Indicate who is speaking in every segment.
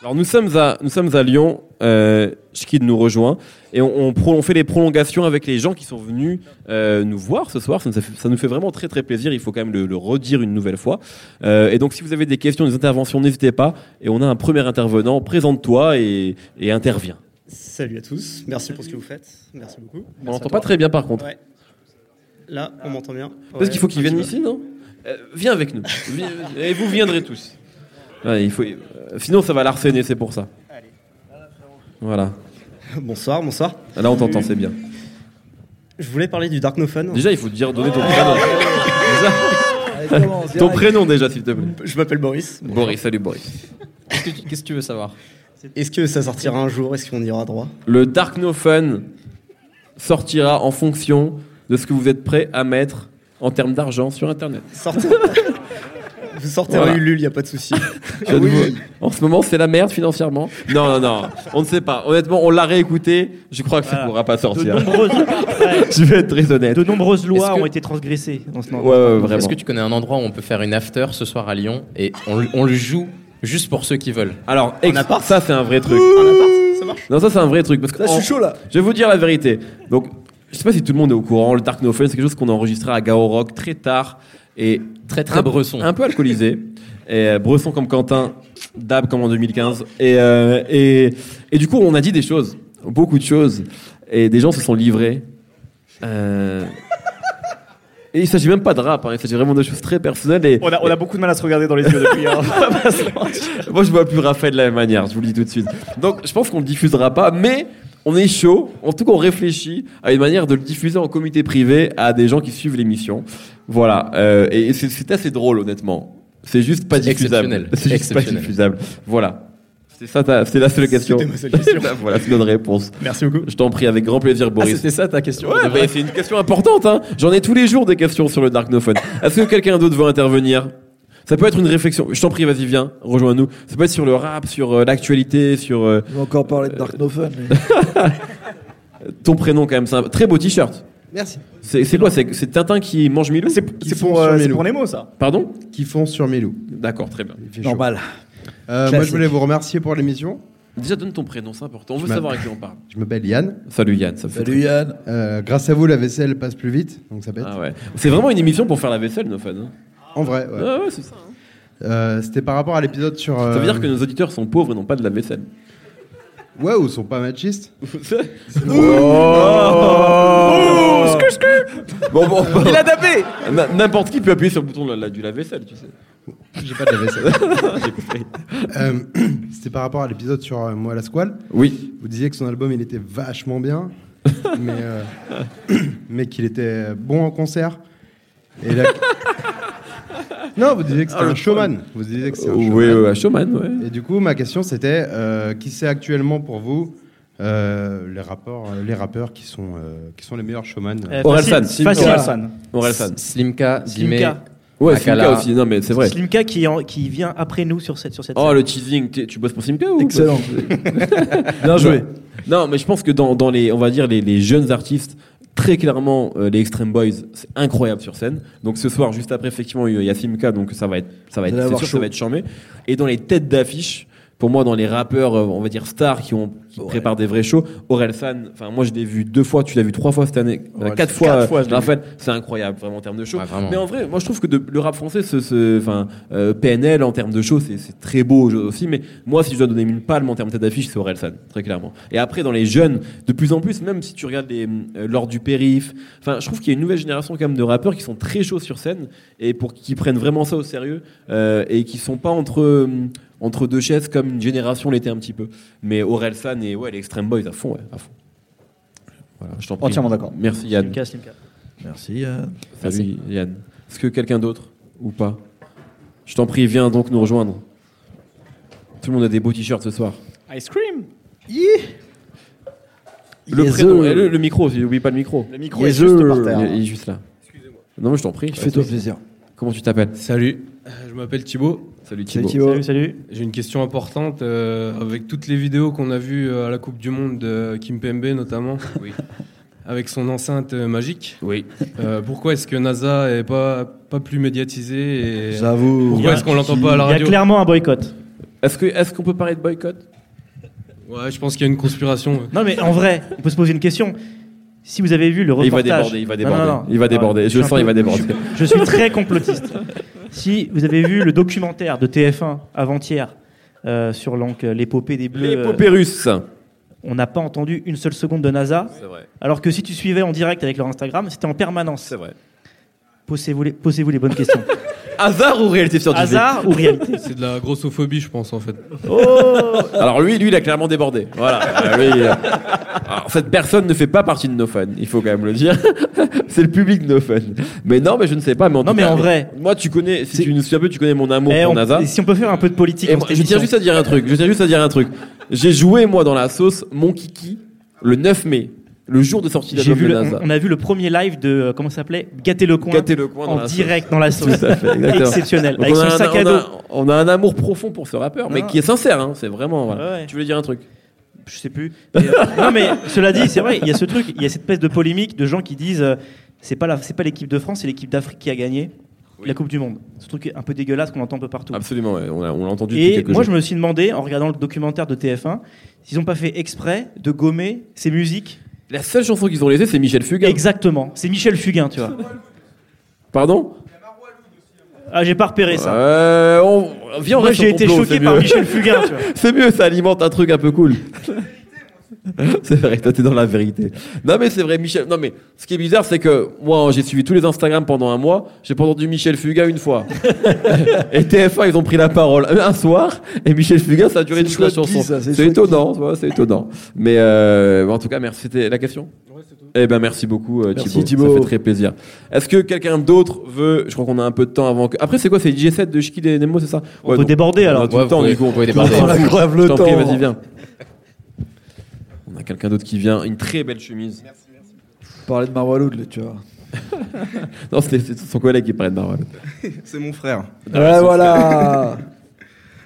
Speaker 1: Alors nous sommes à, nous sommes à Lyon, euh, Schkid nous rejoint, et on, on pro- on fait les prolongations avec les gens qui sont venus euh, nous voir ce soir, ça nous, a fait, ça nous fait vraiment très très plaisir, il faut quand même le, le redire une nouvelle fois. Euh, et donc si vous avez des questions, des interventions, n'hésitez pas, et on a un premier intervenant, présente-toi et, et interviens.
Speaker 2: Salut à tous, merci pour ce que vous faites. Merci beaucoup.
Speaker 1: On n'entend pas très bien par contre,
Speaker 2: Ouais. Là, on m'entend bien.
Speaker 1: parce qu'il faut qu'ils viennent
Speaker 2: vienne
Speaker 1: ici, non Euh, Viens avec nous, Vi- et vous viendrez tous. Ouais, il faut, euh, sinon ça va l'arsener, c'est pour ça. Voilà,
Speaker 2: Bonsoir, bonsoir.
Speaker 1: là on t'entend, c'est bien.
Speaker 2: Je voulais parler du Dark No Fun.
Speaker 1: Déjà, il faut dire donner ton prénom. Déjà, ton prénom déjà, s'il te plaît.
Speaker 2: Je m'appelle Boris.
Speaker 1: Boris, salut Boris.
Speaker 3: Qu'est-ce que tu- qu'est-ce que tu veux savoir
Speaker 2: Est-ce que ça sortira un jour Est-ce qu'on ira droit
Speaker 1: Le Dark No Fun sortira en fonction de ce que vous êtes prêt à mettre en termes d'argent sur Internet.
Speaker 2: Sortez- Vous sortez
Speaker 1: Voilà. Ah
Speaker 2: un Ulule, il a pas de souci.
Speaker 1: Je ne vous- En ce moment, c'est la merde financièrement. Non, non, non, on ne sait pas. Honnêtement, on l'a réécouté. Je crois que ça ne
Speaker 4: Voilà.
Speaker 1: pourra pas
Speaker 4: De
Speaker 1: sortir.
Speaker 4: nombreuses, ouais,
Speaker 1: Je vais être très honnête.
Speaker 4: de nombreuses lois
Speaker 1: Est-ce que-
Speaker 4: ont été transgressées dans ce
Speaker 1: Ouais,
Speaker 4: moment.
Speaker 1: ouais, vraiment.
Speaker 3: Est-ce que tu connais un endroit où on peut faire une after ce soir à Lyon et on, on le joue juste pour ceux qui veulent
Speaker 1: Alors, ex-
Speaker 2: appart
Speaker 1: ça, c'est un vrai truc.
Speaker 2: Un appart, ça marche
Speaker 1: Non, ça, c'est un vrai truc. Parce que en-
Speaker 2: là.
Speaker 1: Je vais vous dire la vérité. Donc, je sais pas si tout le monde est au courant, le Dark No Fun, c'est quelque chose qu'on a enregistré à Gao Rock très tard et
Speaker 3: Très très
Speaker 1: un-
Speaker 3: bresson.
Speaker 1: un peu alcoolisé. Et euh, Bresson comme Quentin, Dab comme en 2015. Et, euh, et, et du coup, on a dit des choses, beaucoup de choses. Et des gens se sont livrés. Euh, Et il s'agit même pas de rap, hein, il s'agit vraiment de choses très personnelles. Et,
Speaker 4: On a, beaucoup de mal à se regarder dans les yeux depuis.
Speaker 5: hein.
Speaker 1: moi, je vois plus Raphaël de la même manière, je vous le dis tout de suite. Donc, je pense qu'on le diffusera pas, mais on est chaud. En tout cas, on réfléchit à une manière de le diffuser en comité privé à des gens qui suivent l'émission. Voilà. euh, et et c'est- c'est assez drôle, honnêtement. C'est juste pas
Speaker 3: C'est
Speaker 1: diffusable.
Speaker 3: exceptionnel.
Speaker 1: C'est juste pas
Speaker 3: Exceptionnel.
Speaker 1: diffusable. Voilà. C'est ça, ta- c'est la seule question.
Speaker 2: C'était ma seule question.
Speaker 1: voilà, c'est notre réponse.
Speaker 2: Merci beaucoup.
Speaker 1: Je t'en prie, avec grand
Speaker 6: Ah,
Speaker 1: plaisir, Boris.
Speaker 3: ça ta question
Speaker 1: Ouais, mais c'est une question importante. Hein. J'en ai tous les jours des questions sur le Dark No Fun. Est-ce que quelqu'un d'autre veut intervenir Ça peut être une réflexion. Je t'en prie, vas-y, viens, rejoins-nous. Ça peut être sur le rap, sur euh, l'actualité, sur euh,
Speaker 7: Je vais encore parler de Dark No Fun. mais-
Speaker 1: ton prénom quand même. C'est un très beau t-shirt.
Speaker 6: Merci.
Speaker 1: C'est c'est quoi C'est c'est Tintin qui mange Milou
Speaker 4: C'est
Speaker 6: Qui
Speaker 4: c'est
Speaker 6: sont
Speaker 4: pour, euh,
Speaker 6: sur
Speaker 4: c'est
Speaker 6: les
Speaker 4: pour Nemo, ça.
Speaker 1: Pardon
Speaker 6: Qui font sur mes loups.
Speaker 1: D'accord, très bien.
Speaker 6: Il fait chaud.
Speaker 7: Normal.
Speaker 6: Euh, moi,
Speaker 7: Classique.
Speaker 6: je voulais vous remercier pour l'émission.
Speaker 1: Déjà, donne ton prénom, c'est important. On veut
Speaker 6: Je
Speaker 1: savoir à qui on parle.
Speaker 6: Je m'appelle Yann.
Speaker 1: Salut Yann, ça me fait très-
Speaker 7: Salut Yann.
Speaker 6: Euh, grâce à vous, la vaisselle passe plus vite, donc ça pète.
Speaker 1: Ah ouais. C'est vraiment une émission pour faire la vaisselle, nos fans. hein.
Speaker 6: En vrai, ouais.
Speaker 1: Ah ouais, c'est ça.
Speaker 6: Euh, C'était par rapport à l'épisode sur.
Speaker 1: Ça veut
Speaker 6: euh,
Speaker 1: dire que nos auditeurs sont pauvres et n'ont pas de la vaisselle.
Speaker 6: Ouais, ou sont pas machistes. euh,
Speaker 1: Oh, Bon, bon, Il a tapé N'importe qui peut appuyer sur le bouton de la- du lave-vaisselle, tu sais.
Speaker 6: J'ai pas de la vaisselle.
Speaker 1: J'ai compris.
Speaker 6: Euh, C'était par rapport à l'épisode sur euh, Moi la Squale.
Speaker 1: Oui,
Speaker 6: Vous disiez que son album, il était vachement bien, mais, euh, mais qu'il était bon en concert. Et là- non, vous disiez que c'était
Speaker 1: Ah, le
Speaker 6: un showman. Vous disiez que c'était un
Speaker 1: oui,
Speaker 6: showman.
Speaker 1: oui, ouais, showman, ouais.
Speaker 6: Et du coup, ma question c'était euh, qui c'est actuellement pour vous euh, les, rappeurs, les rappeurs qui sont, euh, qui sont les meilleurs showman euh,
Speaker 1: Orelsan.
Speaker 4: Facile, facile,
Speaker 7: Slimka.
Speaker 4: Orelsan.
Speaker 1: Orelsan.
Speaker 3: Slimka, Dimé.
Speaker 4: Slimka.
Speaker 1: Ouais,
Speaker 3: Akala.
Speaker 1: Simka aussi, non mais c'est vrai.
Speaker 4: Slimka qui, est en- qui vient après nous sur cette sur cette.
Speaker 1: Oh,
Speaker 4: scène.
Speaker 1: le teasing, t'es- tu bosses pour Simka ou
Speaker 7: Excellent. Bien joué.
Speaker 1: Non, mais je pense que dans, dans les, on va dire, les, les jeunes artistes, très clairement, euh, les Extreme Boys, c'est incroyable sur scène. Donc ce soir, juste après, effectivement, il y a Simka, donc ça va être, ça va
Speaker 7: Vous
Speaker 1: être,
Speaker 7: allez
Speaker 1: c'est
Speaker 7: avoir
Speaker 1: sûr, ça
Speaker 7: chaud.
Speaker 1: va être charmé. Et dans les têtes d'affiche, pour moi, dans les rappeurs, euh, on va dire stars qui, ont, qui
Speaker 7: Ouais.
Speaker 1: préparent des vrais shows, Orelsan, enfin moi je l'ai vu deux fois, tu l'as vu trois fois cette année, euh,
Speaker 7: Orelsan.
Speaker 1: quatre fois,
Speaker 4: Quatre
Speaker 1: euh,
Speaker 4: fois, je l'ai
Speaker 1: Raphaël, c'est incroyable Ah, vraiment en termes de show.
Speaker 3: Ouais, vraiment.
Speaker 1: Mais en vrai, moi je trouve que de- le rap français, ce, ce- enfin, euh, PNL en termes de show, c'est c'est très beau aussi. Mais moi, si je dois donner une palme en termes de tête d'affiche, c'est Orelsan, très clairement. Et après, dans les jeunes, de plus en plus, même si tu regardes les euh, Lord du Périph, enfin, je trouve qu'il y a une nouvelle génération quand même de rappeurs qui sont très chauds sur scène et pour qui prennent vraiment ça au sérieux euh, et qui sont pas entre euh, entre deux chaises comme une génération l'était un petit peu. Mais Orelsan et ouais, les Extreme Boys à fond, ouais, à fond. Voilà, je t'en prie.
Speaker 7: Entièrement d'accord.
Speaker 1: Merci Yann.
Speaker 4: Slimka, Slimka.
Speaker 7: Merci Yann.
Speaker 1: euh, Salut Yann. Est-ce que quelqu'un d'autre ou pas Je t'en prie, viens donc nous rejoindre. Tout le monde a des beaux t-shirts ce soir.
Speaker 4: Ice cream.
Speaker 1: Le
Speaker 7: Yes,
Speaker 1: prénom
Speaker 7: sir.
Speaker 1: et le, le micro, aussi, n'oublie pas le micro.
Speaker 4: Le micro
Speaker 7: Yes,
Speaker 4: est juste
Speaker 7: sir.
Speaker 4: par
Speaker 1: Il,
Speaker 4: terre.
Speaker 1: il est juste là. Non, mais je t'en prie.
Speaker 7: Fais-toi plaisir.
Speaker 1: Comment tu t'appelles
Speaker 8: Salut, euh, je m'appelle Thibaut.
Speaker 1: Salut
Speaker 7: Salut
Speaker 1: Thibaut.
Speaker 7: Thibaut.
Speaker 4: Salut, salut.
Speaker 8: J'ai une question importante euh, avec toutes les vidéos qu'on a vues euh, à la Coupe du Monde de Kim Pembe notamment. Oui. Avec son enceinte euh, magique.
Speaker 1: Oui.
Speaker 8: Euh, pourquoi est-ce que NASA est pas pas plus médiatisée et
Speaker 7: J'avoue.
Speaker 8: pourquoi est-ce qu'on l'entend pas à la
Speaker 4: Il y a
Speaker 8: radio
Speaker 4: clairement un boycott.
Speaker 1: Est-ce que- est-ce qu'on peut parler de boycott
Speaker 8: Ouais, je pense qu'il y a une conspiration. ouais.
Speaker 4: Non, mais en vrai, on peut se poser une question. Si vous avez vu le
Speaker 1: Et Il va
Speaker 4: reportage.
Speaker 1: déborder, il va
Speaker 4: Non,
Speaker 1: déborder.
Speaker 4: non, non.
Speaker 1: Il va déborder.
Speaker 4: Ah,
Speaker 1: Je le
Speaker 4: suis un
Speaker 1: sens, il va
Speaker 4: peu-
Speaker 1: déborder.
Speaker 4: Je suis très complotiste. Si vous avez vu le documentaire de TF1 avant-hier euh, sur donc, euh, l'épopée des Bleus, euh,
Speaker 1: L'épopée russe.
Speaker 4: on n'a pas entendu une seule seconde de NASA.
Speaker 1: C'est vrai,
Speaker 4: Alors que si tu suivais en direct avec leur Instagram, c'était en permanence.
Speaker 1: c'est vrai.
Speaker 4: Posez-vous les, posez-vous les bonnes questions.
Speaker 1: Hasard ou réalité scientifique
Speaker 4: Hasard ou réalité
Speaker 8: C'est de la grossophobie, je pense, en fait.
Speaker 1: Oh. Alors lui, lui, il a clairement débordé. Voilà. Euh, lui, il a- Alors, cette personne ne fait pas partie de nos fans. Il faut quand même le dire. c'est le public de nos fans. Mais non, mais je ne sais pas. Mais en
Speaker 4: Non,
Speaker 1: tout
Speaker 4: mais
Speaker 1: cas,
Speaker 4: en vrai.
Speaker 1: Moi, tu connais. Si
Speaker 4: C'est-
Speaker 1: tu nous suis un peu, tu connais mon amour
Speaker 4: Eh,
Speaker 1: pour
Speaker 4: on-
Speaker 1: NASA.
Speaker 4: et si on peut faire un peu de politique,
Speaker 1: Et
Speaker 4: dans
Speaker 1: moi,
Speaker 4: cette
Speaker 1: je tiens
Speaker 4: émission.
Speaker 1: juste à dire un truc. Je tiens juste à dire un truc. J'ai joué moi dans la sauce mon kiki le 9 mai, le jour de sortie de
Speaker 4: J'ai
Speaker 1: l'album
Speaker 4: vu
Speaker 1: de
Speaker 4: le-
Speaker 1: NASA.
Speaker 4: on, on a vu le premier live de euh, comment ça s'appelait Gâter le coin
Speaker 1: Gâtez le coin dans
Speaker 4: en
Speaker 1: la sauce.
Speaker 4: direct dans la sauce.
Speaker 1: Tout à fait, exactement.
Speaker 4: Exceptionnel.
Speaker 1: Donc
Speaker 4: avec
Speaker 1: on,
Speaker 4: son
Speaker 1: a un,
Speaker 4: sac à
Speaker 1: on
Speaker 4: dos.
Speaker 1: a- on a un amour profond pour ce rappeur, mais
Speaker 4: Non.
Speaker 1: qui est sincère. hein, c'est vraiment. voilà.
Speaker 4: Ouais, ouais.
Speaker 1: Tu voulais dire un truc
Speaker 4: je sais plus. Mais, euh, non, mais cela dit, c'est vrai, il y a ce truc, il y a cette espèce de polémique de gens qui disent euh, c'est pas la- c'est pas l'équipe de France, c'est l'équipe d'Afrique qui a gagné la Coupe du Monde. Ce truc un peu dégueulasse qu'on entend un peu partout.
Speaker 1: Absolument. ouais, On, a- on l'a entendu. depuis
Speaker 4: Et
Speaker 1: quelques
Speaker 4: moi,
Speaker 1: jours.
Speaker 4: je me suis demandé, en regardant le documentaire de TF1, s'ils n'ont pas fait exprès de gommer ces musiques.
Speaker 1: La seule chanson qu'ils ont laissée, c'est Michel Fugain.
Speaker 4: Exactement. C'est Michel Fugain, tu vois.
Speaker 1: Pardon
Speaker 4: Ah, j'ai pas repéré ça.
Speaker 1: Euh, on... Viens, on
Speaker 4: Moi,
Speaker 1: reste
Speaker 4: j'ai
Speaker 1: sur
Speaker 4: été
Speaker 1: complot,
Speaker 4: choqué
Speaker 1: c'est
Speaker 4: par
Speaker 1: mieux.
Speaker 4: Michel Fugain, tu vois.
Speaker 1: C'est mieux, ça alimente un truc un peu cool. C'est vrai, toi t'es dans la vérité. Non mais c'est vrai, Michel. Non mais ce qui est bizarre, c'est que moi j'ai suivi tous les Instagram pendant un mois, j'ai pas entendu Michel Fugain une fois. et TF1 ils ont pris la parole un soir et Michel Fugain ça a duré
Speaker 7: C'est
Speaker 1: toute la
Speaker 7: chouette
Speaker 1: chanson.
Speaker 7: qui, ça, c'est
Speaker 1: C'est
Speaker 7: chouette
Speaker 1: étonnant, tu vois, c'est étonnant. Mais euh, en tout cas, merci. C'était la question. Eh ben merci beaucoup euh,
Speaker 7: Merci,
Speaker 1: Thibaut.
Speaker 7: Thibaut.
Speaker 1: ça fait très plaisir. Est-ce que quelqu'un d'autre veut Je crois qu'on a un peu de temps avant que. Après c'est quoi C'est DJ7 de Chiki des Nemo, c'est ça
Speaker 4: On peut déborder
Speaker 1: on a
Speaker 4: alors.
Speaker 1: tout le temps, du coup, on peut déborder.
Speaker 7: On a grave
Speaker 1: Je
Speaker 7: le
Speaker 1: t'en
Speaker 7: temps.
Speaker 1: prie, vas-y, viens. On a quelqu'un d'autre qui vient, une très belle chemise.
Speaker 7: Parler de Marwaloud, là, tu vois.
Speaker 1: Non, c'était c'était son collègue qui parlait de Marwan.
Speaker 2: C'est mon frère.
Speaker 7: Ouais, voilà.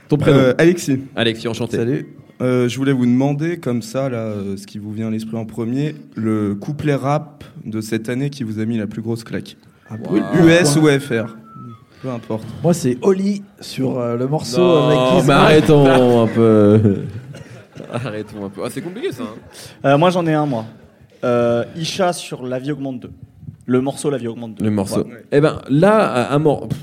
Speaker 1: Ton prénom
Speaker 2: Euh, Alexis,
Speaker 1: Alexis, enchanté.
Speaker 7: Salut.
Speaker 2: euh, je voulais vous demander, comme ça, là, euh, ce qui vous vient à l'esprit en premier, le couplet rap de cette année qui vous a mis la plus grosse claque. US ou FR Peu importe.
Speaker 7: Ah, Moi, c'est Oli sur euh, le morceau
Speaker 1: Non,
Speaker 7: avec Gizmo.
Speaker 1: mais arrêtons un peu. Arrêtons un peu. Ah, c'est compliqué ça. hein.
Speaker 5: Euh, moi, j'en ai un, moi. Euh, Isha sur La vie augmente 2. Le morceau La vie augmente 2.
Speaker 1: Le morceau. Eh ben, là, à- à mort. pff,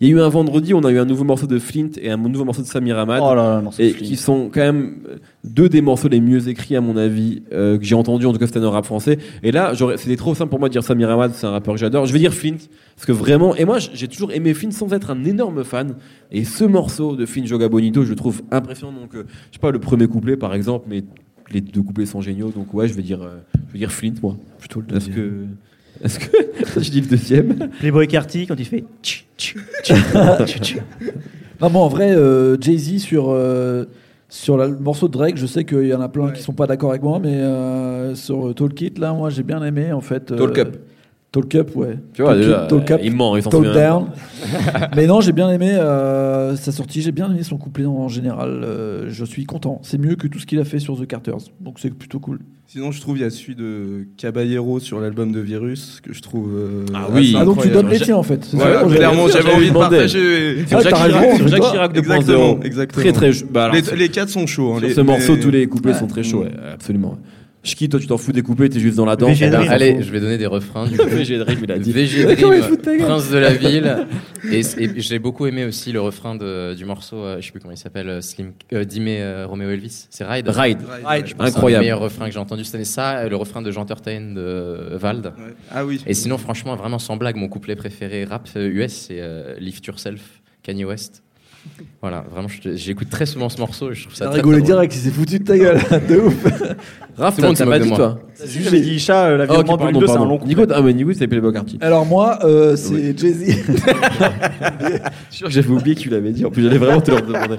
Speaker 1: Il y a eu un vendredi, on a eu un nouveau morceau de Flint et un nouveau morceau de Samir Ahmad.
Speaker 5: Oh là là, le morceau
Speaker 1: et
Speaker 5: de
Speaker 1: qui
Speaker 5: Flea.
Speaker 1: sont quand même euh, deux des morceaux les mieux écrits à mon avis euh, que j'ai entendu en tout cas cette année en rap français et là j'aurais- c'était trop simple pour moi de dire Samir Ahmad c'est un rappeur que j'adore je vais dire Flint parce que vraiment et moi j- j'ai toujours aimé Flint sans être un énorme fan et ce morceau de Flint Joga Bonito je le trouve impressionnant donc euh, je sais pas le premier couplet par exemple mais les deux couplets sont géniaux donc ouais je vais dire euh, je vais dire Flint moi
Speaker 7: Plutôt le
Speaker 1: est-ce
Speaker 7: deuxième.
Speaker 1: que est-ce que je dis le deuxième
Speaker 4: Playboy Carty, quand il fait. tch, tch, tch,
Speaker 7: Euh,
Speaker 4: tch, tch.
Speaker 7: Non, moi, en vrai, euh, Jay-Z sur, euh, sur la- le morceau de Drake, je sais qu'il y en a plein qui sont pas d'accord avec moi, mais euh, sur euh, Talk It, là, moi, j'ai bien aimé, en fait. euh,
Speaker 1: Talk Up.
Speaker 7: Talk Up, ouais.
Speaker 1: tu vois
Speaker 7: Talk It,
Speaker 1: déjà
Speaker 7: Talk
Speaker 1: euh,
Speaker 7: Up,
Speaker 1: il ment il s'en
Speaker 7: Talk
Speaker 1: souvient.
Speaker 7: Down. mais non, j'ai bien aimé euh, sa sortie, j'ai bien aimé son couplet en général. euh, je suis content. C'est mieux que tout ce qu'il a fait sur The Carters. Donc, c'est plutôt cool.
Speaker 2: Sinon, je trouve, il y a celui de Caballero sur l'album de Virus, que je trouve. euh,
Speaker 1: Ah oui.
Speaker 2: assez
Speaker 7: Ah, donc tu
Speaker 2: incroyable.
Speaker 7: donnes les tiens, en fait. C'est
Speaker 2: Voilà,
Speaker 7: ça, on-
Speaker 2: clairement,
Speaker 1: j'avais
Speaker 2: j'avais envie de
Speaker 1: demandé.
Speaker 2: partager.
Speaker 1: C'est
Speaker 7: Ah,
Speaker 1: Jacques
Speaker 7: t'as
Speaker 1: Chirac,
Speaker 7: raison,
Speaker 1: c'est
Speaker 7: tu
Speaker 1: Jacques
Speaker 7: vois.
Speaker 1: Chirac 2.0.
Speaker 2: Exactement, exactement.
Speaker 1: Très très. bah, alors,
Speaker 2: les, les quatre sont chauds. hein,
Speaker 1: Sur
Speaker 2: les-
Speaker 1: ce morceau,
Speaker 2: mais-
Speaker 1: tous les couplets
Speaker 7: Ouais.
Speaker 1: sont très
Speaker 3: Mm.
Speaker 1: chauds, ouais, absolument. Chiki, toi, tu t'en fous des couplets, t'es juste dans la danse.
Speaker 4: VG Dream.
Speaker 3: Allez, je vais donner des refrains. Du coup.
Speaker 1: VG Dream, Ah, il a dit.
Speaker 3: VG
Speaker 7: Comment il
Speaker 3: Dream,
Speaker 7: fout ta gueule
Speaker 3: Prince de la Ville. Et, et j'ai beaucoup aimé aussi le refrain de- du morceau, euh, je sais plus comment il s'appelle, euh, Slim, euh, Dimé euh, Romeo Elvis. C'est Ride.
Speaker 1: Ride.
Speaker 3: Je pense que C'est le
Speaker 1: Incroyable.
Speaker 3: meilleur refrain que j'ai entendu cette année. Ça, et le refrain de Jean Turtain de Vald.
Speaker 2: Ouais. Ah oui.
Speaker 3: Et sinon, franchement, vraiment sans blague, mon couplet préféré rap euh, US, c'est euh, Lift Yourself, Kanye West. Voilà, vraiment, je- j'écoute très souvent ce morceau et je trouve ça
Speaker 7: T'as
Speaker 3: très,
Speaker 7: rigolé
Speaker 3: très drôle.
Speaker 7: direct, il s'est foutu de ta gueule. de ouf.
Speaker 1: Raph,
Speaker 3: Tout le
Speaker 1: t'as
Speaker 3: monde
Speaker 1: t'as pas
Speaker 3: se moque de
Speaker 1: dit,
Speaker 3: moi.
Speaker 1: toi.
Speaker 5: Juste, J'avais dit Isha, euh, La vie
Speaker 1: Ah, ok,
Speaker 5: augmente
Speaker 1: pardon,
Speaker 5: 2, c'est un
Speaker 1: pardon.
Speaker 5: long couplet.
Speaker 1: Nico, ah, mais Nico, c'est Playboy Carty.
Speaker 7: Alors, moi, euh, c'est Jay-Z.
Speaker 1: Je suis sûr que j'avais oublié que tu l'avais dit. En plus, j'allais vraiment te le demander.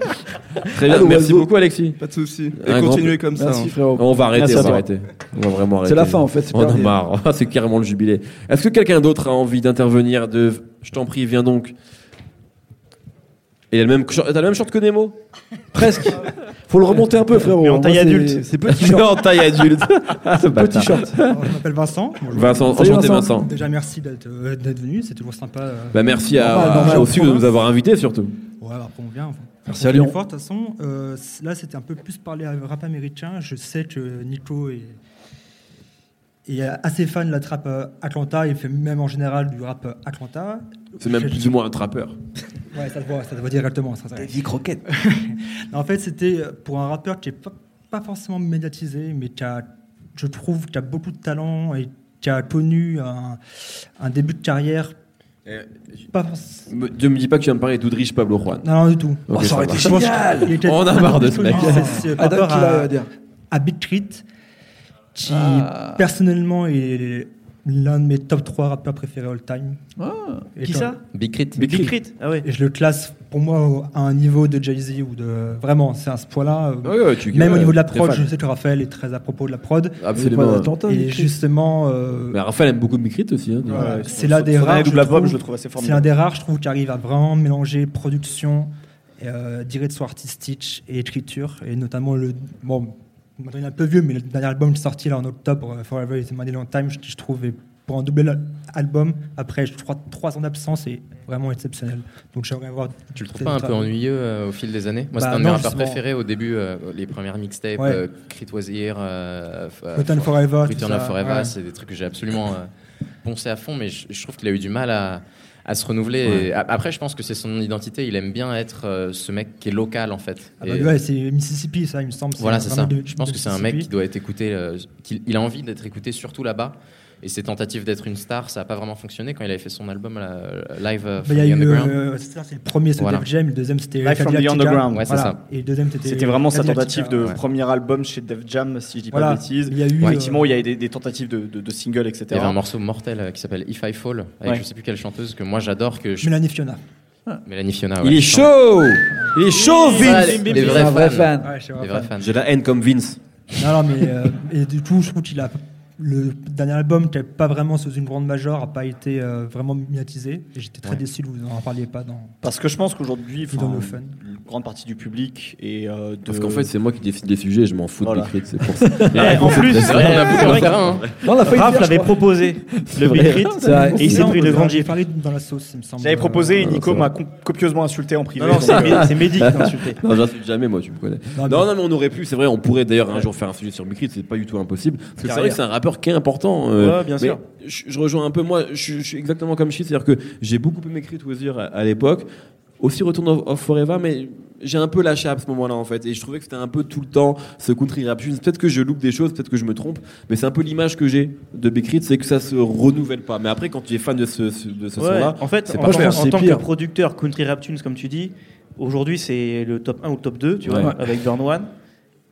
Speaker 1: Très bien,
Speaker 7: Allô,
Speaker 1: merci
Speaker 7: oiseau.
Speaker 1: beaucoup, Alexis.
Speaker 2: Pas de souci. Et
Speaker 1: Un grand-
Speaker 2: continuez comme ça.
Speaker 7: Merci,
Speaker 2: hein.
Speaker 7: frérot.
Speaker 1: On va arrêter,
Speaker 7: Merci
Speaker 1: on
Speaker 7: à
Speaker 1: va
Speaker 7: toi.
Speaker 1: arrêter. On va vraiment arrêter.
Speaker 7: C'est la fin en fait, c'est
Speaker 1: On en a
Speaker 7: perdu.
Speaker 1: marre, Ah, c'est carrément le jubilé. Est-ce que quelqu'un d'autre a envie d'intervenir de... Je t'en prie, viens donc. Et t'as le même, t'as le même short que Nemo
Speaker 7: Presque. Faut le remonter un peu frérot.
Speaker 4: Mais en taille
Speaker 7: Moi, c'est-
Speaker 4: adulte.
Speaker 7: C'est petit short.
Speaker 1: Non, taille adulte.
Speaker 7: Petit short.
Speaker 9: Alors, je m'appelle Vincent. Moi, je-
Speaker 1: Ah, Vincent,
Speaker 7: Salut,
Speaker 1: enchanté
Speaker 7: Vincent.
Speaker 1: Vincent.
Speaker 9: Déjà, merci d'être euh, d'être venu. C'est toujours sympa. euh.
Speaker 1: Bah merci à,
Speaker 7: Normal, normal,
Speaker 1: aussi de
Speaker 7: normal.
Speaker 1: nous avoir invités surtout.
Speaker 9: Ouais, ouais, après on vient. Enfin. On
Speaker 7: Merci à
Speaker 9: fait
Speaker 7: Lyon.
Speaker 9: l'effort, De toute façon, Euh, c- là c'était un peu plus parler à rap américain. Je sais que Nico est, est assez fan de la trappe euh, Atlanta. Il fait même en général du rap euh, Atlanta.
Speaker 1: C'est même
Speaker 9: Je-
Speaker 1: plus ou moins un trappeur.
Speaker 9: Ouais, ça se voit, ça se voit directement. ça, ça-
Speaker 7: Davy Croquette.
Speaker 9: Non, en fait, c'était euh, pour un rappeur qui n'est pas, pas forcément médiatisé, mais qui a, je trouve, qui a beaucoup de talent et qui a connu un, un début de carrière.
Speaker 1: euh,
Speaker 9: Pas forc-
Speaker 1: Me- Dieu me dis pas que tu vas me parler d'Oudrich Pablo Juan.
Speaker 9: Non, non, du tout.
Speaker 7: Oh,
Speaker 9: Ah,
Speaker 1: Ok, ça va.
Speaker 9: Je pense qu'il était-
Speaker 1: On en a marre de ce mec.
Speaker 9: C'est- c'est par
Speaker 7: Adam,
Speaker 9: rapport
Speaker 7: qu'il a
Speaker 9: à,
Speaker 7: à dire.
Speaker 9: à Big Treat, qui
Speaker 7: Ah.
Speaker 9: personnellement est l'un de mes top 3 rappeurs préférés all time.
Speaker 1: Ah.
Speaker 9: Et
Speaker 4: Qui
Speaker 9: quand-
Speaker 4: ça
Speaker 3: Big Crit.
Speaker 4: Ah, Big Crit. Ah ouais.
Speaker 9: Et je le classe pour moi au- à un niveau de Jay-Z ou de. Vraiment, c'est à ce point-là. euh,
Speaker 1: Ah Ouais, ouais, tu-
Speaker 9: Même au
Speaker 1: ouais,
Speaker 9: niveau de la
Speaker 1: très
Speaker 9: prod,
Speaker 1: fan.
Speaker 9: je sais que Raphaël est très à propos de la prod.
Speaker 1: Absolument. ouais.
Speaker 9: et justement, euh,
Speaker 1: Mais Raphaël aime beaucoup Mikrit aussi. hein,
Speaker 9: voilà,
Speaker 1: donc.
Speaker 9: Euh, c'est l'un des
Speaker 5: Son
Speaker 9: rares.
Speaker 5: album,
Speaker 9: je
Speaker 5: Double Pop,
Speaker 9: trouve-
Speaker 5: je le trouve assez
Speaker 9: C'est un
Speaker 5: formidable.
Speaker 9: des rares, je trouve, qui arrive à vraiment mélanger production, euh, direction artistique et écriture. Et notamment le. Bon, maintenant il est un peu vieux, mais le dernier album qui est sorti là en octobre, euh, Forever is a Money Long Time, je, je trouve, est pour un double al- album, après je crois trois ans d'absence, est vraiment exceptionnel. Donc j'aimerais avoir.
Speaker 3: Tu le trouves pas un peu ennuyeux euh, au fil des années
Speaker 9: Bah,
Speaker 3: Moi, c'était un de mes
Speaker 9: non,
Speaker 3: rappeurs
Speaker 9: justement.
Speaker 3: préférés au début, euh, les premières mixtapes,
Speaker 9: Ouais.
Speaker 3: euh, Crit Was Here, euh, f- euh,
Speaker 9: Return
Speaker 3: f-
Speaker 9: Forever. tout
Speaker 3: Return
Speaker 9: ça,
Speaker 3: of Forever,
Speaker 9: ouais.
Speaker 3: c'est des trucs que j'ai absolument euh, poncé à fond, mais je, je trouve qu'il a eu du mal à, à se renouveler. Et a- après, je pense que c'est son identité, il aime bien être euh, ce mec qui est local en fait.
Speaker 9: Ah bah
Speaker 3: Et-
Speaker 9: ouais, c'est Mississippi, ça, il me semble.
Speaker 3: Voilà, c'est
Speaker 9: vraiment
Speaker 3: ça.
Speaker 9: de-
Speaker 3: Je pense
Speaker 9: de
Speaker 3: que c'est un mec
Speaker 9: Mississippi.
Speaker 3: qui doit être écouté, euh, qu'il il a envie d'être écouté surtout là-bas. Et ses tentatives d'être une star, ça n'a pas vraiment fonctionné quand il avait fait son album euh, live euh,
Speaker 9: Bah, Il
Speaker 3: From
Speaker 9: y a
Speaker 3: the
Speaker 9: eu,
Speaker 3: Underground.
Speaker 9: euh, c'est ça, c'est le premier, c'était
Speaker 3: Voilà.
Speaker 9: Def Jam, le deuxième, c'était
Speaker 5: Live from the
Speaker 9: Cadillac Tica.
Speaker 5: Underground.
Speaker 3: Ouais, c'est
Speaker 9: Voilà.
Speaker 3: ça.
Speaker 9: Et le deuxième, c'était.
Speaker 5: C'était vraiment sa
Speaker 9: Cadillac
Speaker 5: tentative
Speaker 9: Tica.
Speaker 5: de
Speaker 3: ouais.
Speaker 5: premier album chez Def Jam, si je dis pas
Speaker 9: Voilà.
Speaker 5: de bêtises.
Speaker 9: Il y a eu.
Speaker 5: Effectivement,
Speaker 9: euh,
Speaker 5: il y a eu des, des tentatives de, de, de singles, etc.
Speaker 3: Il y avait un morceau mortel euh, qui s'appelle If I Fall, avec
Speaker 5: Ouais.
Speaker 3: je sais plus quelle chanteuse que moi j'adore, que je...
Speaker 9: Mélanie Fiona.
Speaker 3: Mélanie Fiona.
Speaker 1: Il
Speaker 3: Ah ouais,
Speaker 1: est
Speaker 3: je sens-
Speaker 1: chaud Il est chaud,
Speaker 3: Voilà,
Speaker 1: Vince
Speaker 3: les, les vrais
Speaker 7: un vrai
Speaker 3: fans.
Speaker 7: fan.
Speaker 9: Ouais, je sais
Speaker 3: Les
Speaker 9: pas.
Speaker 3: vrais fans.
Speaker 1: J'ai la haine comme Vince.
Speaker 9: Non, non, mais. euh, et du coup, je trouve qu'il a. Le dernier album qui n'est pas vraiment sous une grande major a pas été euh, vraiment médiatisé. Et j'étais très
Speaker 3: Ouais.
Speaker 9: déçu que vous n'en parliez pas dans.
Speaker 5: Parce que je pense qu'aujourd'hui,
Speaker 9: Ils
Speaker 5: enfin,
Speaker 9: donnent le fun.
Speaker 5: une grande partie du public et euh, de.
Speaker 1: Parce qu'en fait, c'est moi qui décide les sujets, je m'en fous
Speaker 5: Voilà.
Speaker 1: de Mikrit, c'est pour ça.
Speaker 4: Eh, en plus,
Speaker 3: C'est vrai, on a beaucoup d'en faire un, hein.
Speaker 7: Non, la feuille
Speaker 4: Raph l'avait proposé, le
Speaker 7: vrai.
Speaker 4: Big Crit,
Speaker 7: C'est vrai.
Speaker 4: et il s'est
Speaker 9: Non,
Speaker 4: pris
Speaker 9: on
Speaker 4: de
Speaker 9: en
Speaker 4: grandes
Speaker 9: avait
Speaker 4: gifles.
Speaker 9: parlé dans la sauce, il me semble.
Speaker 5: J'avais proposé et Nico
Speaker 1: ça
Speaker 5: m'a com- copieusement insulté en privé.
Speaker 4: Non, non,
Speaker 5: donc,
Speaker 4: c'est
Speaker 5: euh,
Speaker 4: mé- c'est hein, Mehdi qui t'a insulté.
Speaker 1: Non, j'insulte jamais, moi, tu me connais.
Speaker 9: Non, mais-
Speaker 1: Non, non, mais on aurait pu, c'est vrai, on pourrait d'ailleurs un jour faire un sujet sur Mikrit, c'est pas du tout impossible. Parce que c'est vrai que c'est un rappeur qui est important. euh,
Speaker 4: Ouais, bien
Speaker 1: mais
Speaker 4: sûr.
Speaker 1: Je, je rejoins un peu, moi, je, je suis exactement comme Shit, c'est-à-dire que j'ai beaucoup aimé Crit Wazir à, à l'époque. Aussi Return of, of Forever, mais j'ai un peu lâché à ce moment-là, en fait. Et je trouvais que c'était un peu tout le temps ce country rap. Juste, Peut-être que je loupe des choses, peut-être que je me trompe, mais c'est un peu l'image que j'ai de Bekrit, c'est que ça se renouvelle pas. Mais après, quand tu es fan de ce, ce- de ce
Speaker 4: Ouais,
Speaker 1: son-là,
Speaker 4: en fait,
Speaker 1: c'est
Speaker 4: en,
Speaker 1: pas
Speaker 4: tant-
Speaker 1: cher,
Speaker 4: en
Speaker 7: c'est
Speaker 4: tant que
Speaker 7: pire.
Speaker 4: producteur country rap tunes, comme tu dis, aujourd'hui c'est le top 1 ou le top 2, tu
Speaker 1: Ouais.
Speaker 4: vois, avec Burn One.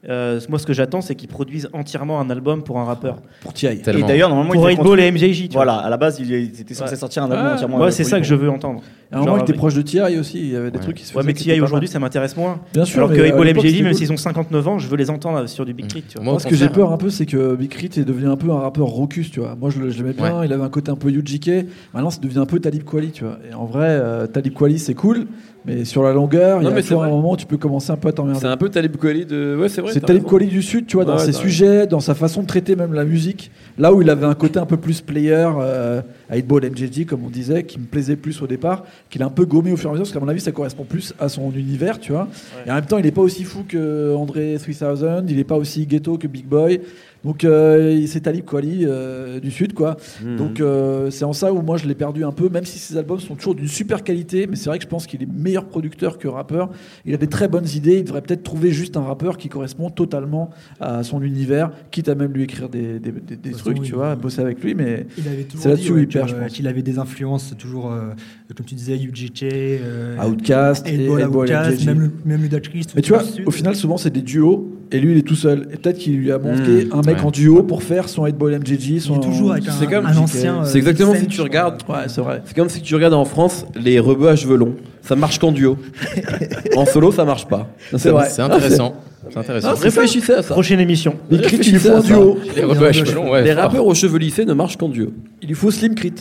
Speaker 4: Euh, moi, ce que j'attends, c'est qu'ils produisent entièrement un album pour un rappeur.
Speaker 7: Pour T.I.
Speaker 5: Et
Speaker 3: Tellement.
Speaker 5: d'ailleurs, normalement,
Speaker 4: Pour
Speaker 5: il était
Speaker 4: 8 Ball et MJJ, tu vois.
Speaker 5: Voilà, à la base, il était censé
Speaker 4: Ouais.
Speaker 5: sortir un album entièrement.
Speaker 4: Moi, c'est ça que je veux entendre.
Speaker 7: À
Speaker 5: Ah,
Speaker 7: un moment,
Speaker 4: Genre,
Speaker 7: il était
Speaker 4: oui.
Speaker 7: proche de T.I. aussi. Il y avait des
Speaker 3: Ouais.
Speaker 7: trucs qui se faisaient.
Speaker 4: Ouais, mais
Speaker 7: qui étaient
Speaker 4: TI
Speaker 7: pas
Speaker 4: aujourd'hui, ça m'intéresse moins.
Speaker 7: mal. Bien sûr.
Speaker 4: Alors que
Speaker 7: mais à
Speaker 4: Hip Ball et
Speaker 7: l'époque,
Speaker 4: MJJ,
Speaker 7: c'était
Speaker 4: même
Speaker 7: cool.
Speaker 4: s'ils ont 59 ans, je veux les entendre euh, sur du Big Crit, tu vois.
Speaker 3: Moi, au
Speaker 7: Moi, ce que j'ai
Speaker 3: contraire,
Speaker 7: peur un peu, c'est que Big Crit est devenu un peu un rappeur raucus, tu vois. Moi, je le- je l'aimais bien, il avait un côté un peu UJK. Maintenant, ça devient un peu Talib Kweli, tu vois. Et en vrai, euh, Talib Kweli, c'est cool, mais sur la longueur,
Speaker 1: Non,
Speaker 7: il y
Speaker 1: mais
Speaker 7: a
Speaker 1: c'est
Speaker 7: toujours un
Speaker 1: vrai.
Speaker 7: moment où tu peux commencer un peu à
Speaker 1: c'est
Speaker 7: t'emmerder.
Speaker 1: un peu Talib Kweli de. Ouais, c'est vrai.
Speaker 7: C'est
Speaker 1: t'as
Speaker 7: Talib
Speaker 1: raison.
Speaker 7: Kweli du Sud, tu vois, dans
Speaker 1: Ouais,
Speaker 7: ses
Speaker 1: t'as
Speaker 7: sujets, dans sa façon de traiter même la musique. Là où il avait un côté un peu plus player, euh, à Hitball MJG, comme on disait, qui me plaisait plus au départ, qu'il a un peu gommé au fur et à mesure, parce qu'à mon avis, ça correspond plus à son univers, tu vois. Et en même temps, il n'est pas aussi fou que André 3000, il n'est pas aussi ghetto que Big Boy. Donc euh, il- c'est Talib Kweli euh, du Sud, quoi.
Speaker 1: Mhm.
Speaker 7: Donc euh, c'est en ça où moi je l'ai perdu un peu, même si ses albums sont toujours d'une super qualité. Mais c'est vrai que je pense qu'il est meilleur producteur que rappeur. Il a des très bonnes idées. Il devrait peut-être trouver juste un rappeur qui correspond totalement à son univers, quitte à même lui écrire des, des- des- des
Speaker 9: façon,
Speaker 7: trucs,
Speaker 9: Bah, oui.
Speaker 7: tu vois, bosser avec lui. Mais
Speaker 9: Il avait toujours
Speaker 7: C'est là-dessus
Speaker 9: dit
Speaker 7: où
Speaker 9: ouais,
Speaker 7: il perd,
Speaker 9: que,
Speaker 7: je
Speaker 9: euh,
Speaker 7: pense.
Speaker 9: qu'il avait des influences toujours, euh, comme tu disais, UGK, euh,
Speaker 7: Outcast, et,
Speaker 9: Headball,
Speaker 7: Headball,
Speaker 9: Outcast,
Speaker 7: MJG.
Speaker 9: même, le- même Ludacris.
Speaker 7: Mais tu vois,
Speaker 9: tout le
Speaker 7: au final, souvent c'est des duos et lui il est tout seul. Et peut-être qu'il lui a manqué
Speaker 1: Mmh,
Speaker 7: un mec
Speaker 3: ouais.
Speaker 7: en duo pour faire son Headball MJG.
Speaker 9: il
Speaker 7: Son...
Speaker 9: est toujours avec un,
Speaker 1: c'est comme-
Speaker 9: un
Speaker 7: hein.
Speaker 9: ancien. euh,
Speaker 1: C'est exactement
Speaker 9: Vincent,
Speaker 1: si tu regardes.
Speaker 7: euh, Ouais, c'est vrai.
Speaker 1: C'est comme si tu regardes en France les rebeux à cheveux longs. Ça marche qu'en duo. en solo, ça marche pas. Ah,
Speaker 7: C'est vrai.
Speaker 3: C'est intéressant. C'est
Speaker 7: hein.
Speaker 3: intéressant.
Speaker 1: Réfléchissez à ça.
Speaker 4: Prochaine émission.
Speaker 7: Mais Crit, il lui faut un
Speaker 1: Réfléchissez à
Speaker 7: duo.
Speaker 3: Les rebeux à cheveux longs, ouais,
Speaker 1: les
Speaker 3: fort.
Speaker 1: rappeurs aux cheveux lissés ne marchent qu'en duo.
Speaker 7: Il lui faut Slim Crit.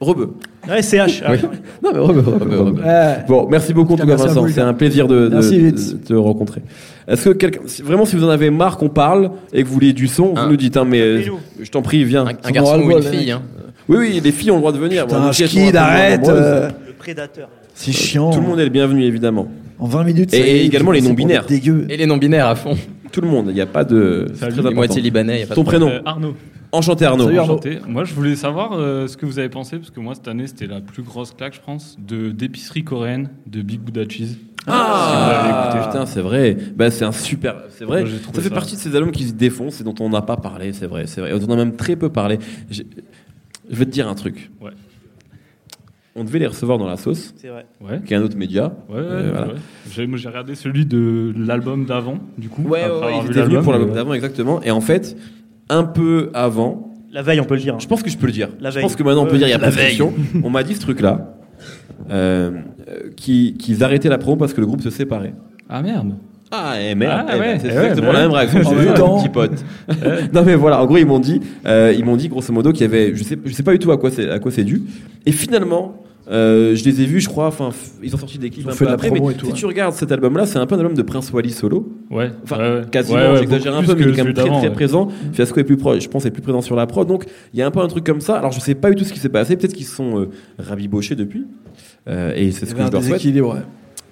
Speaker 1: Rebeux.
Speaker 4: Ouais, CH. ah,
Speaker 3: Oui.
Speaker 1: Non, mais rebeux, rebeux, rebeux.
Speaker 3: rebeux.
Speaker 7: Ouais.
Speaker 1: Bon, merci beaucoup en tout cas,
Speaker 7: Merci à
Speaker 1: Vincent.
Speaker 7: vous, les
Speaker 1: C'est
Speaker 7: gars.
Speaker 1: un plaisir de, de-
Speaker 7: Merci,
Speaker 1: de
Speaker 7: Vince.
Speaker 1: te rencontrer. Est-ce que quelqu'un, si- vraiment, si vous en avez marre qu'on parle et que vous voulez du son,
Speaker 3: Un-
Speaker 1: vous nous dites, hein, mais euh,
Speaker 4: Bisous.
Speaker 1: je t'en prie, viens.
Speaker 3: Un, un
Speaker 7: Son
Speaker 3: garçon ou
Speaker 7: ras-le-bol,
Speaker 3: une
Speaker 7: les
Speaker 3: fille.
Speaker 7: mecs.
Speaker 3: hein.
Speaker 1: Oui, oui, les filles ont le droit de venir.
Speaker 7: Putain,
Speaker 1: Bon, les filles, elles sont
Speaker 7: Skid,
Speaker 1: un peu moins
Speaker 7: arrête.
Speaker 1: nombreuses.
Speaker 7: euh,
Speaker 4: Le prédateur.
Speaker 7: C'est chiant.
Speaker 1: Tout le monde est le bienvenu, évidemment.
Speaker 7: En 20 minutes.
Speaker 1: Et-
Speaker 7: c'est-
Speaker 1: et également les
Speaker 7: c'est pour
Speaker 1: non-binaires.
Speaker 7: des Dégueu.
Speaker 3: Et les non-binaires à fond.
Speaker 1: Tout le monde, il n'y a pas de.
Speaker 10: Salut,
Speaker 1: c'est très
Speaker 10: les
Speaker 1: important.
Speaker 3: Les moitiés libanais, y a pas de
Speaker 1: Ton prénom
Speaker 10: Euh, Arnaud.
Speaker 1: Enchanté Arnaud.
Speaker 7: Salut, Arnaud.
Speaker 10: Enchanté. Moi, je voulais savoir euh, ce que vous avez pensé, parce que moi, cette année, c'était la plus grosse claque, je pense, de d'épicerie coréenne, de Big Buddha Cheese.
Speaker 1: Ah,
Speaker 10: Si vous l'avez écouté.
Speaker 1: putain, c'est vrai. Bah, c'est un super. C'est vrai.
Speaker 10: bah, Moi, j'ai trouvé
Speaker 1: Ça fait
Speaker 10: ça.
Speaker 1: partie de ces albums qui se défoncent et dont on n'a pas parlé. C'est vrai, c'est vrai. Et dont on a même très peu parlé. J'ai- Je vais te dire un truc.
Speaker 10: Ouais.
Speaker 1: On devait les recevoir dans la sauce,
Speaker 4: C'est vrai.
Speaker 10: Ouais,
Speaker 1: qui est un autre média.
Speaker 10: ouais, ouais,
Speaker 1: Euh, voilà.
Speaker 10: ouais. J'ai moi, j'ai regardé celui de l'album d'avant, du coup. après
Speaker 1: Ouais, ouais, ouais,
Speaker 10: avoir
Speaker 1: il
Speaker 10: vu euh,
Speaker 1: était venu pour
Speaker 10: mais-
Speaker 1: l'album d'avant, exactement. Et en fait, un peu avant,
Speaker 4: La veille, on peut le dire. hein.
Speaker 1: je pense que je peux le dire.
Speaker 4: La
Speaker 1: je
Speaker 4: veille.
Speaker 1: pense que maintenant on peut
Speaker 4: Ouais,
Speaker 1: dire il y a
Speaker 4: la
Speaker 1: pas de pression. On m'a dit ce truc-là, euh, euh, qui- qu'ils arrêtaient la promo parce que le groupe se séparait.
Speaker 10: Ah merde.
Speaker 1: Ah, et merde,
Speaker 10: Ah,
Speaker 1: eh ben,
Speaker 10: ouais.
Speaker 1: c'est
Speaker 10: Eh ouais,
Speaker 1: exactement
Speaker 10: bah
Speaker 1: la
Speaker 10: ouais.
Speaker 1: même réaction.
Speaker 7: En
Speaker 1: J'ai eu
Speaker 7: même temps.
Speaker 1: un petit pote. non mais voilà, en gros ils m'ont dit, euh, ils m'ont dit grosso modo qu'il y avait, je sais, je sais pas du tout à quoi c'est, à quoi c'est dû. Et finalement, euh, je les ai vus, je crois, enfin, f- ils ont sorti des clips
Speaker 7: Ils ont
Speaker 1: un
Speaker 7: fait
Speaker 1: peu
Speaker 7: de la
Speaker 1: après. Mais
Speaker 7: promo et tout,
Speaker 1: si
Speaker 7: ouais.
Speaker 1: tu regardes cet album-là, c'est un peu un album de Prince Wally solo.
Speaker 10: Ouais,
Speaker 1: Enfin,
Speaker 10: ouais, ouais.
Speaker 1: quasiment,
Speaker 10: Ouais, ouais,
Speaker 1: j'exagère un
Speaker 10: beaucoup
Speaker 1: peu, mais
Speaker 10: plus
Speaker 1: il est
Speaker 10: que
Speaker 1: quand même
Speaker 10: celui
Speaker 1: très
Speaker 10: d'avant,
Speaker 1: très
Speaker 10: ouais.
Speaker 1: présent.
Speaker 7: Mm.
Speaker 1: Fiasco est plus proche, je pense, est plus présent sur la prod. Donc, il y a un peu un truc comme ça. Alors, je sais pas du tout ce qui s'est passé. Peut-être qu'ils se sont euh, rabibochés depuis. Euh, et c'est
Speaker 7: Il y
Speaker 1: ce
Speaker 7: avait
Speaker 1: que je leur
Speaker 7: un
Speaker 1: souhaite.
Speaker 7: déséquilibre. ouais.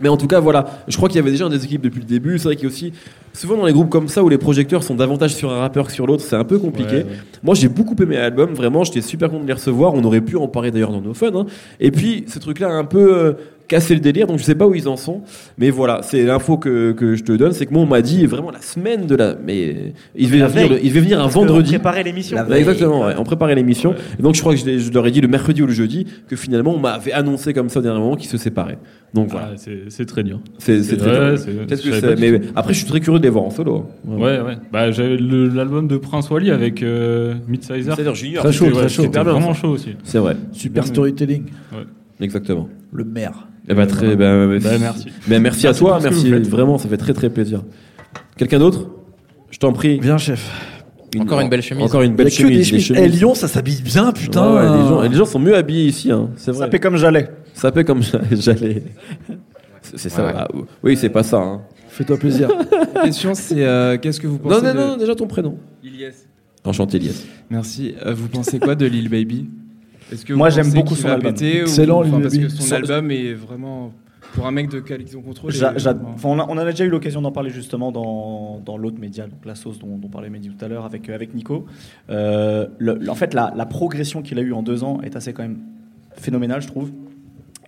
Speaker 1: Mais en tout cas, voilà. Je crois qu'il y avait déjà un des équipes depuis le début. C'est vrai qu'il y a aussi, souvent dans les groupes comme ça où les projecteurs sont davantage sur un rappeur que sur l'autre, c'est un peu compliqué.
Speaker 10: Ouais, ouais.
Speaker 1: Moi, j'ai beaucoup aimé l'album, vraiment, j'étais super content de les recevoir. On aurait pu en parler d'ailleurs dans nos fun. hein. Et puis, ce truc-là a un peu euh, cassé le délire, donc je sais pas où ils en sont. Mais voilà, c'est l'info que, que je te donne c'est que moi, on m'a dit vraiment la semaine de la. Mais il devait
Speaker 4: la
Speaker 1: venir,
Speaker 4: veille.
Speaker 1: le- il devait venir un
Speaker 4: Parce que
Speaker 1: vendredi.
Speaker 4: On préparait l'émission.
Speaker 1: Ouais, Exactement, ouais, on préparait l'émission. Et Donc je crois que je, l'ai- je leur ai dit le mercredi ou le jeudi que finalement on m'avait annoncé comme ça au dernier moment qu'ils se séparaient. Donc voilà,
Speaker 10: Ah, c'est c'est très dur.
Speaker 1: c'est c'est
Speaker 10: c'est-
Speaker 1: très
Speaker 10: ouais,
Speaker 1: dur.
Speaker 10: c'est-
Speaker 1: Peut-être
Speaker 10: je
Speaker 1: que
Speaker 10: savais
Speaker 1: c'est-
Speaker 10: pas
Speaker 1: mais après je suis très curieux de les voir en solo. hein.
Speaker 10: Ouais, ouais. Bah, j'avais le- l'album de Prince Wally avec euh, Midsizer.
Speaker 1: C'est-à-dire Junior.
Speaker 7: Très chaud,
Speaker 10: C'était- ouais,
Speaker 7: très
Speaker 10: c'était
Speaker 7: chaud.
Speaker 10: vraiment chaud aussi.
Speaker 1: C'est vrai,
Speaker 7: Super storytelling.
Speaker 1: exactement.
Speaker 7: Le maire.
Speaker 1: Eh ben, très, ben, ben,
Speaker 10: Bah, merci.
Speaker 1: ben, merci à
Speaker 10: Merci
Speaker 1: toi,
Speaker 10: pour ce que
Speaker 1: merci
Speaker 10: vous faites.
Speaker 1: vraiment, ça fait très très plaisir. Quelqu'un d'autre Je t'en prie.
Speaker 7: Viens, chef.
Speaker 3: Encore une belle chemise.
Speaker 1: Encore une
Speaker 7: Il y a
Speaker 1: belle
Speaker 7: que
Speaker 1: chemise.
Speaker 7: des
Speaker 1: des
Speaker 7: chemises. Eh,
Speaker 1: chemises.
Speaker 7: Lyon, ça s'habille bien, putain.
Speaker 1: Ouais, ouais, les, gens, et les gens sont mieux habillés ici, hein, c'est vrai.
Speaker 5: Ça fait comme j'allais.
Speaker 1: Ça paie comme j'allais. C'est c'est ça.
Speaker 3: Ouais, ouais.
Speaker 1: ah, oui, c'est pas ça. hein.
Speaker 7: Fais-toi plaisir.
Speaker 8: La question, c'est euh, qu'est-ce que vous
Speaker 1: Non,
Speaker 8: pensez
Speaker 1: non,
Speaker 8: de...
Speaker 1: non, déjà ton prénom. Enchanté, Elias.
Speaker 8: Merci. Euh, vous pensez quoi de Lil Baby Est-ce que
Speaker 5: Moi,
Speaker 8: vous
Speaker 5: j'aime
Speaker 8: pensez
Speaker 5: beaucoup
Speaker 8: qu'il
Speaker 5: son
Speaker 8: va
Speaker 5: album.
Speaker 8: péter ou-
Speaker 7: Excellent,
Speaker 8: enfin,
Speaker 7: Lil
Speaker 8: Parce
Speaker 7: Baby.
Speaker 8: que son
Speaker 7: Son-
Speaker 8: album est vraiment pour un mec de Calixon Control.
Speaker 5: J'a-
Speaker 8: et-
Speaker 5: j'a- enfin, on, a, on a déjà eu l'occasion d'en parler justement dans, dans l'autre média, donc la sauce dont, dont parlait Mehdi tout à l'heure avec, euh, avec Nico. Euh, le- le- en fait, la, la progression qu'il a eue en deux ans est assez quand même phénoménale, je trouve.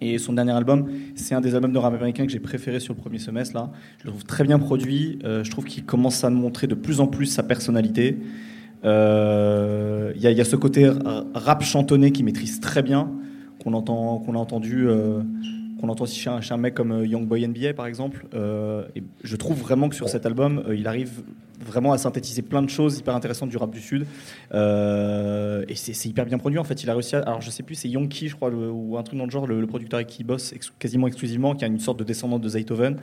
Speaker 5: Et son dernier album, c'est un des albums de rap américain que j'ai préféré sur le premier semestre. Là. Je le trouve très bien produit. Euh, je trouve qu'il commence à montrer de plus en plus sa personnalité. Euh, Il y, a- il y a ce côté ra- rap chantonné qu'il maîtrise très bien, qu'on entend, qu'on a entendu. euh, qu'on entend aussi chez un, chez un mec comme euh, Youngboy NBA par exemple. Euh, et je trouve vraiment que sur cet album, euh, il arrive vraiment à synthétiser plein de choses hyper intéressantes du rap du Sud. Euh, et c'est c'est hyper bien produit en fait. Il a réussi à. Alors je sais plus, c'est Yonki, je crois, le- ou un truc dans le genre, le, le producteur avec qui il bosse ex- quasiment exclusivement, qui a une sorte de descendante de Beethoven,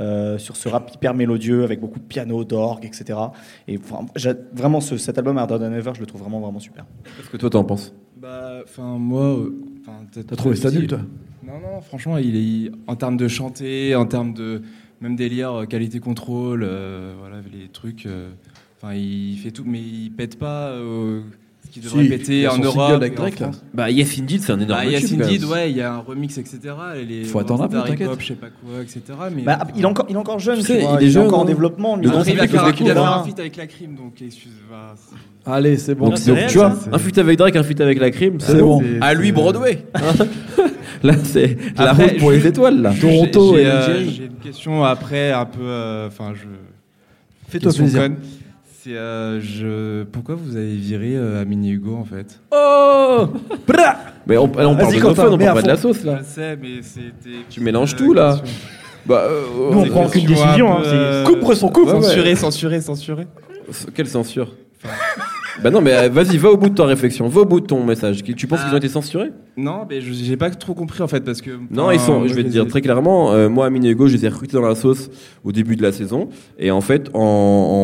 Speaker 5: euh, sur ce rap hyper mélodieux avec beaucoup de piano, d'orgue, etc. Et vra- j'a- vraiment, ce- cet album, Harder Than Ever, je le trouve vraiment, vraiment super.
Speaker 1: Qu'est-ce que toi t'en penses
Speaker 8: Bah, enfin, moi. euh, enfin,
Speaker 7: T'as trouvé ça nul, toi
Speaker 8: Non, non, franchement, il est, il- en termes de chanter, en termes de même délire, euh, qualité contrôle, euh, voilà, les trucs. euh, Enfin, il fait tout, mais il pète pas euh, ce qu'il devrait
Speaker 7: Si, il
Speaker 8: péter
Speaker 7: a
Speaker 8: en
Speaker 7: son
Speaker 8: Europe.
Speaker 7: single avec
Speaker 8: et en
Speaker 7: Drake, là.
Speaker 8: France.
Speaker 1: Bah, Yes Indeed, c'est un énorme
Speaker 8: Bah, Yes Indeed, ouais, il y a un remix, etc. Les
Speaker 7: Faut attendre un peu,
Speaker 8: Rockstar
Speaker 7: t'inquiète.
Speaker 8: Hip-Hop, Je sais pas quoi, etc. Mais
Speaker 5: Bah, il, est encore, il est encore jeune,
Speaker 1: Tu
Speaker 5: tu
Speaker 1: sais,
Speaker 5: vois,
Speaker 1: il est
Speaker 5: il est,
Speaker 1: jeune,
Speaker 5: encore en
Speaker 1: hein.
Speaker 5: développement. lui.
Speaker 1: Le
Speaker 8: Après,
Speaker 1: concept
Speaker 8: il a
Speaker 1: c'est
Speaker 8: fait un-
Speaker 1: que
Speaker 8: il a fait
Speaker 5: Drake,
Speaker 8: un
Speaker 5: là.
Speaker 8: feat avec la crime, donc euh, excuse moi
Speaker 7: Allez, c'est bon.
Speaker 1: Donc,
Speaker 4: c'est
Speaker 1: donc,
Speaker 4: réel,
Speaker 1: tu vois,
Speaker 6: ça,
Speaker 1: un feat avec Drake, un feat avec la crime,
Speaker 7: C'est
Speaker 1: c'est bon.
Speaker 7: bon.
Speaker 1: À lui Broadway. hein. là, c'est la
Speaker 8: Après,
Speaker 1: route pour
Speaker 8: je-
Speaker 1: les étoiles. Là.
Speaker 7: Toronto et
Speaker 8: J'ai euh,
Speaker 7: l'Algérie.
Speaker 8: j'ai une question après, un peu. euh, Enfin, je.
Speaker 7: Fais-toi
Speaker 8: question
Speaker 7: plaisir.
Speaker 8: conne. C'est euh, je. Pourquoi vous avez viré euh, Amine Hugo en fait
Speaker 1: Oh
Speaker 7: Bra
Speaker 1: Mais on, là, on parle
Speaker 7: Vas-y,
Speaker 1: de
Speaker 7: Quentin,
Speaker 1: fun, on
Speaker 7: mets à
Speaker 1: parle pas de la
Speaker 7: fond.
Speaker 1: sauce là.
Speaker 8: Je sais, mais c'était.
Speaker 1: Tu mélanges tout, là. Bah, euh,
Speaker 4: Nous, on
Speaker 1: euh,
Speaker 4: prend aucune décision, hein, c'est-
Speaker 7: Coupre son couple.
Speaker 8: euh, Censuré, censuré, censuré.
Speaker 1: Quelle censure Bah non, mais euh, vas-y, va au bout de ta réflexion, va au bout de ton message. Qui- Tu penses qu'ils ont été censurés
Speaker 8: Non, mais je- j'ai pas trop compris en fait parce que.
Speaker 1: Non,
Speaker 8: enfin,
Speaker 1: ils sont,
Speaker 8: moi,
Speaker 1: je vais te
Speaker 8: les
Speaker 1: dire
Speaker 8: ai-
Speaker 1: très clairement, euh, moi, Amine et Hugo, je les ai recrutés dans la sauce au début de la saison. Et en fait, en,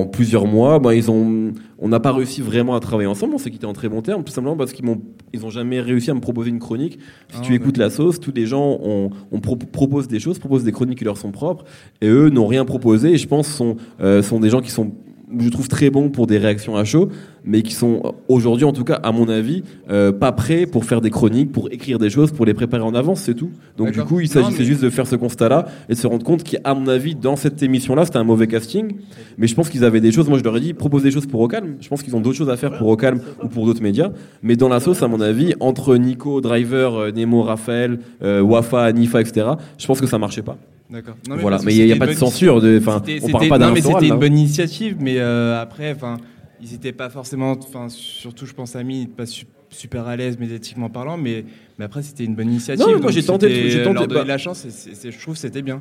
Speaker 1: en plusieurs mois, ben, ils ont, on n'a pas réussi vraiment à travailler ensemble. On s'est quittés en très bon terme, tout simplement parce qu'ils m'ont, ils ont jamais réussi à me proposer une chronique. Si
Speaker 8: Ah,
Speaker 1: tu écoutes la sauce, tous les gens, on, on pro- propose des choses, propose des chroniques qui leur sont propres. Et eux n'ont rien proposé. Et je pense sont, euh, sont des gens qui sont, je trouve, très bons pour des réactions à chaud. mais qui sont euh, aujourd'hui, en tout cas, à mon avis, euh, pas prêts pour faire des chroniques, pour écrire des choses, pour les préparer en avance, c'est tout. Donc du
Speaker 2: D'accord.
Speaker 1: coup, il
Speaker 2: Non,
Speaker 1: s'agissait
Speaker 2: mais-
Speaker 1: juste de faire ce constat-là et de se rendre compte qu'à mon avis, dans cette émission-là, c'était un mauvais casting, mais je pense qu'ils avaient des choses. Moi, je leur ai dit, propose des choses pour Au Calme. Je pense qu'ils ont d'autres choses à faire pour Au Calme ou pour d'autres médias. Mais dans la sauce, à mon avis, entre Nico, Driver, euh, Nemo, Raphaël, euh, Wafa, Nifa, etc., je pense que ça marchait pas.
Speaker 8: D'accord.
Speaker 1: Voilà,
Speaker 8: parce que
Speaker 1: mais il n'y a,
Speaker 8: c'était
Speaker 1: pas de
Speaker 8: une bonne-
Speaker 1: censure. de- Enfin,
Speaker 8: C'était-
Speaker 1: on
Speaker 8: c'était-
Speaker 1: parle pas d'un
Speaker 8: Non, mais
Speaker 1: restaurant,
Speaker 8: c'était
Speaker 1: là. hein.
Speaker 8: une bonne initiative, mais euh, après, enfin, ils n'étaient pas forcément, enfin, surtout je pense à Mi, pas su- super à l'aise médiatiquement parlant, mais, mais après c'était une bonne initiative.
Speaker 1: Non, mais moi,
Speaker 8: donc
Speaker 1: j'ai tenté le
Speaker 8: c'était
Speaker 1: truc, j'ai tenté,
Speaker 8: leur donner
Speaker 1: bah-
Speaker 8: la chance et c'est- c'est- je trouve que c'était bien.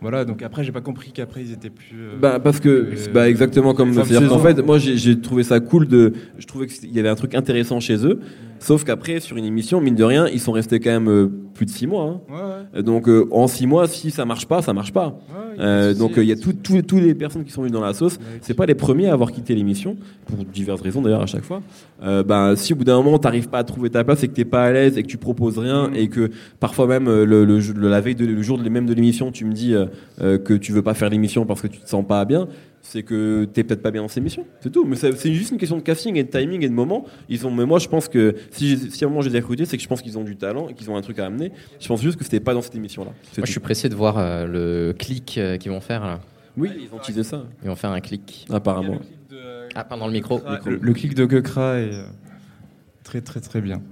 Speaker 8: Voilà, donc après j'ai pas compris qu'après ils étaient plus. euh,
Speaker 1: Bah, parce que,
Speaker 8: euh,
Speaker 1: bah, exactement comme.
Speaker 8: Comme
Speaker 1: C'est-à-dire
Speaker 8: saison.
Speaker 1: qu'en fait, moi, j'ai- j'ai trouvé ça cool de. Je trouvais qu'il y avait un truc intéressant chez eux. Sauf qu'après, sur une émission, mine de rien, ils sont restés quand même euh, plus de 6 mois.
Speaker 8: Ouais, ouais.
Speaker 1: hein. Donc, euh, en 6 mois, si ça marche pas, ça marche pas.
Speaker 8: Ouais, y a pas
Speaker 1: Euh,
Speaker 8: de
Speaker 1: donc
Speaker 8: souci.
Speaker 1: euh, il y a toutes tout, tous les personnes qui sont venues dans la sauce.
Speaker 8: Ouais.
Speaker 1: C'est pas les premiers à avoir quitté l'émission pour diverses raisons d'ailleurs à chaque fois. Euh, ben si au bout d'un moment t'arrives pas à trouver ta place et que t'es pas à l'aise et que tu proposes
Speaker 8: Mm.
Speaker 1: rien et que parfois même euh, le, le, ju- le- la veille de, le jour de- même de l'émission tu me dis euh, euh, que tu veux pas faire l'émission parce que tu te sens pas bien. C'est que t'es peut-être pas bien dans ces missions, c'est tout. Mais ça- c'est juste une question de casting et de timing et de moment. Ils ont, mais moi je pense que si, j'ai- si à un moment j'ai recruté, c'est que je pense qu'ils ont du talent et qu'ils ont un truc à amener. Je pense juste que c'était pas dans cette émission-là. C'est
Speaker 3: Moi, je
Speaker 1: tout.
Speaker 3: suis pressé de voir euh, le clic euh, qu'ils vont faire. Là.
Speaker 1: Oui, ils ont teasé ça
Speaker 3: Ils vont faire un clic.
Speaker 1: apparemment.
Speaker 3: Ah, pardon, le micro.
Speaker 8: Le, le clic de Gekra est euh, très très très bien.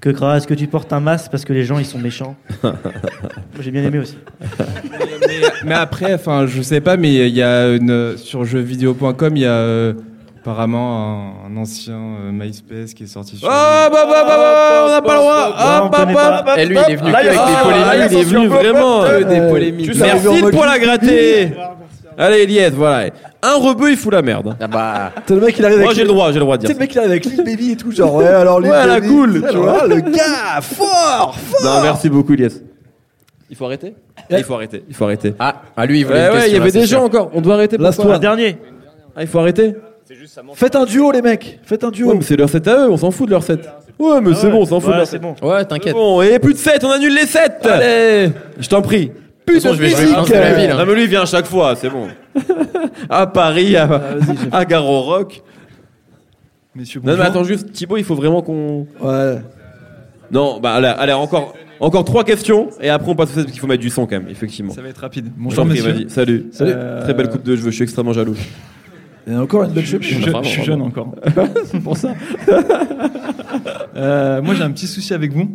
Speaker 4: Que Kra, est-ce que tu portes un masque parce que les gens ils sont méchants
Speaker 8: euh.
Speaker 4: Moi, J'ai bien aimé aussi.
Speaker 8: mais après, enfin, je sais pas, mais il y a une sur jeuxvideo.com, il y a euh, apparemment un, un ancien euh, MySpace qui est sorti sur.
Speaker 2: Ah bah bah bah bah, on n'a pas le droit. Ah
Speaker 4: on
Speaker 2: bah
Speaker 4: connaît
Speaker 2: bah
Speaker 4: pas.
Speaker 2: bah.
Speaker 3: Et Eh, lui, il est venu
Speaker 2: Là,
Speaker 3: que
Speaker 2: il y a
Speaker 1: Ah,
Speaker 3: avec des
Speaker 2: ça, là, il y a
Speaker 3: polémiques.
Speaker 1: il est venu vraiment.
Speaker 2: Que des
Speaker 7: Euh,
Speaker 2: polémiques.
Speaker 7: juste arrivé en
Speaker 1: Merci de
Speaker 7: mode-
Speaker 1: pour la gratter. Allez, Eliès, voilà. Un rebeu, il fout la merde.
Speaker 3: Ah bah,
Speaker 7: T'as le mec il arrive
Speaker 1: Moi,
Speaker 7: avec
Speaker 1: j'ai le droit, j'ai le droit de
Speaker 7: Tu sais,
Speaker 1: dire.
Speaker 7: le mec il arrive avec Lil Baby et tout, genre ouais, alors Lil
Speaker 1: Ouais, la
Speaker 7: Baby,
Speaker 1: cool,
Speaker 7: alors
Speaker 1: tu
Speaker 7: là, le gars, fort, fort.
Speaker 1: ça. Non, merci beaucoup, Eliès. Il faut arrêter Il faut arrêter, il faut arrêter. Eh
Speaker 3: ah, ah, lui, il voulait
Speaker 1: Ouais,
Speaker 3: une
Speaker 1: ouais, il y
Speaker 3: question, là,
Speaker 1: avait des
Speaker 3: c'est sûr.
Speaker 1: gens encore. On doit arrêter.
Speaker 7: Last
Speaker 1: pourquoi
Speaker 4: Un dernier.
Speaker 1: Ah, il faut arrêter
Speaker 7: Faites un duo, les mecs, faites un duo. Ah
Speaker 1: Ouais, mais c'est leur 7 à eux, on s'en fout de leur 7. Ouais, mais c'est bon, on s'en fout de
Speaker 4: Voilà,
Speaker 1: leur
Speaker 4: c'est
Speaker 1: 7.
Speaker 4: bon.
Speaker 3: Ouais,
Speaker 1: C'est
Speaker 3: t'inquiète.
Speaker 1: bon, et plus de 7, on annule les 7 Allez Je t'en prie.
Speaker 3: De toute façon, je vais jouer
Speaker 7: musique,
Speaker 3: Prince de la
Speaker 7: euh,
Speaker 3: ville.
Speaker 1: Non,
Speaker 3: hein.
Speaker 1: mais lui, il vient à chaque fois, c'est bon. à Paris, à,
Speaker 7: Ah,
Speaker 1: à Garo Rock.
Speaker 2: Messieurs,
Speaker 1: Non, mais
Speaker 2: bonjour.
Speaker 1: attends juste, Thibaut, il faut vraiment qu'on.
Speaker 7: Ouais.
Speaker 1: Non, bah allez, allez, encore, encore trois questions et après on passe au 7 parce qu'il faut mettre du son quand même, effectivement.
Speaker 2: Ça va être rapide.
Speaker 1: Je
Speaker 2: Bonjour
Speaker 1: t'en prie,
Speaker 2: messieurs. Euh,
Speaker 1: vas-y. Salut.
Speaker 7: Salut.
Speaker 1: Très belle coupe de cheveux, je suis extrêmement jaloux.
Speaker 7: Il y en a encore une belle
Speaker 2: Je, je-
Speaker 7: chemise.
Speaker 2: je
Speaker 1: Bravo,
Speaker 2: suis
Speaker 1: bravo.
Speaker 2: jeune encore. C'est pour ça. Euh, moi, j'ai un petit souci avec vous.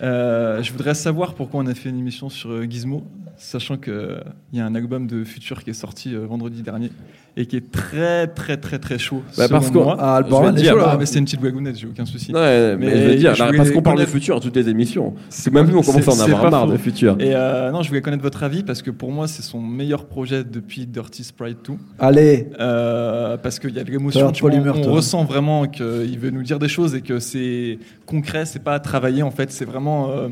Speaker 2: Euh, je voudrais savoir pourquoi on a fait une émission sur euh, Gizmo, sachant qu'il y a un album de Future qui est sorti euh, vendredi dernier et qui est très, très, très, très chaud.
Speaker 1: Bah, parce
Speaker 2: selon
Speaker 1: qu'on-
Speaker 2: moi.
Speaker 7: Ah, le
Speaker 1: Je
Speaker 7: Barman,
Speaker 1: vais te
Speaker 7: il est
Speaker 1: dire,
Speaker 7: chaud,
Speaker 1: voilà.
Speaker 2: Ah,
Speaker 7: là.
Speaker 2: mais c'est une petite blagounette, j'ai aucun souci.
Speaker 1: Ouais, hein. ouais, mais, je veux dire,
Speaker 2: je
Speaker 1: là,
Speaker 2: voulais
Speaker 1: parce qu'on parle de
Speaker 2: connaître-
Speaker 1: futur à toutes les émissions.
Speaker 2: C'est-
Speaker 1: Même nous, on commence à en
Speaker 2: c'est-
Speaker 1: avoir
Speaker 2: c'est pas
Speaker 1: marre
Speaker 2: faux.
Speaker 1: de futur.
Speaker 2: Et euh, non, je voulais connaître votre avis parce que pour moi, c'est son meilleur projet depuis Dirty Sprite 2.
Speaker 7: Allez,
Speaker 2: Euh, parce qu'il y a de
Speaker 7: T'as
Speaker 2: l'émotion,
Speaker 7: l'air
Speaker 2: tu vois,
Speaker 7: pas l'humeur,
Speaker 2: on, on
Speaker 7: toi.
Speaker 2: ressent vraiment qu'il veut nous dire des choses et que c'est concret, c'est pas à travailler en fait, c'est vraiment euh,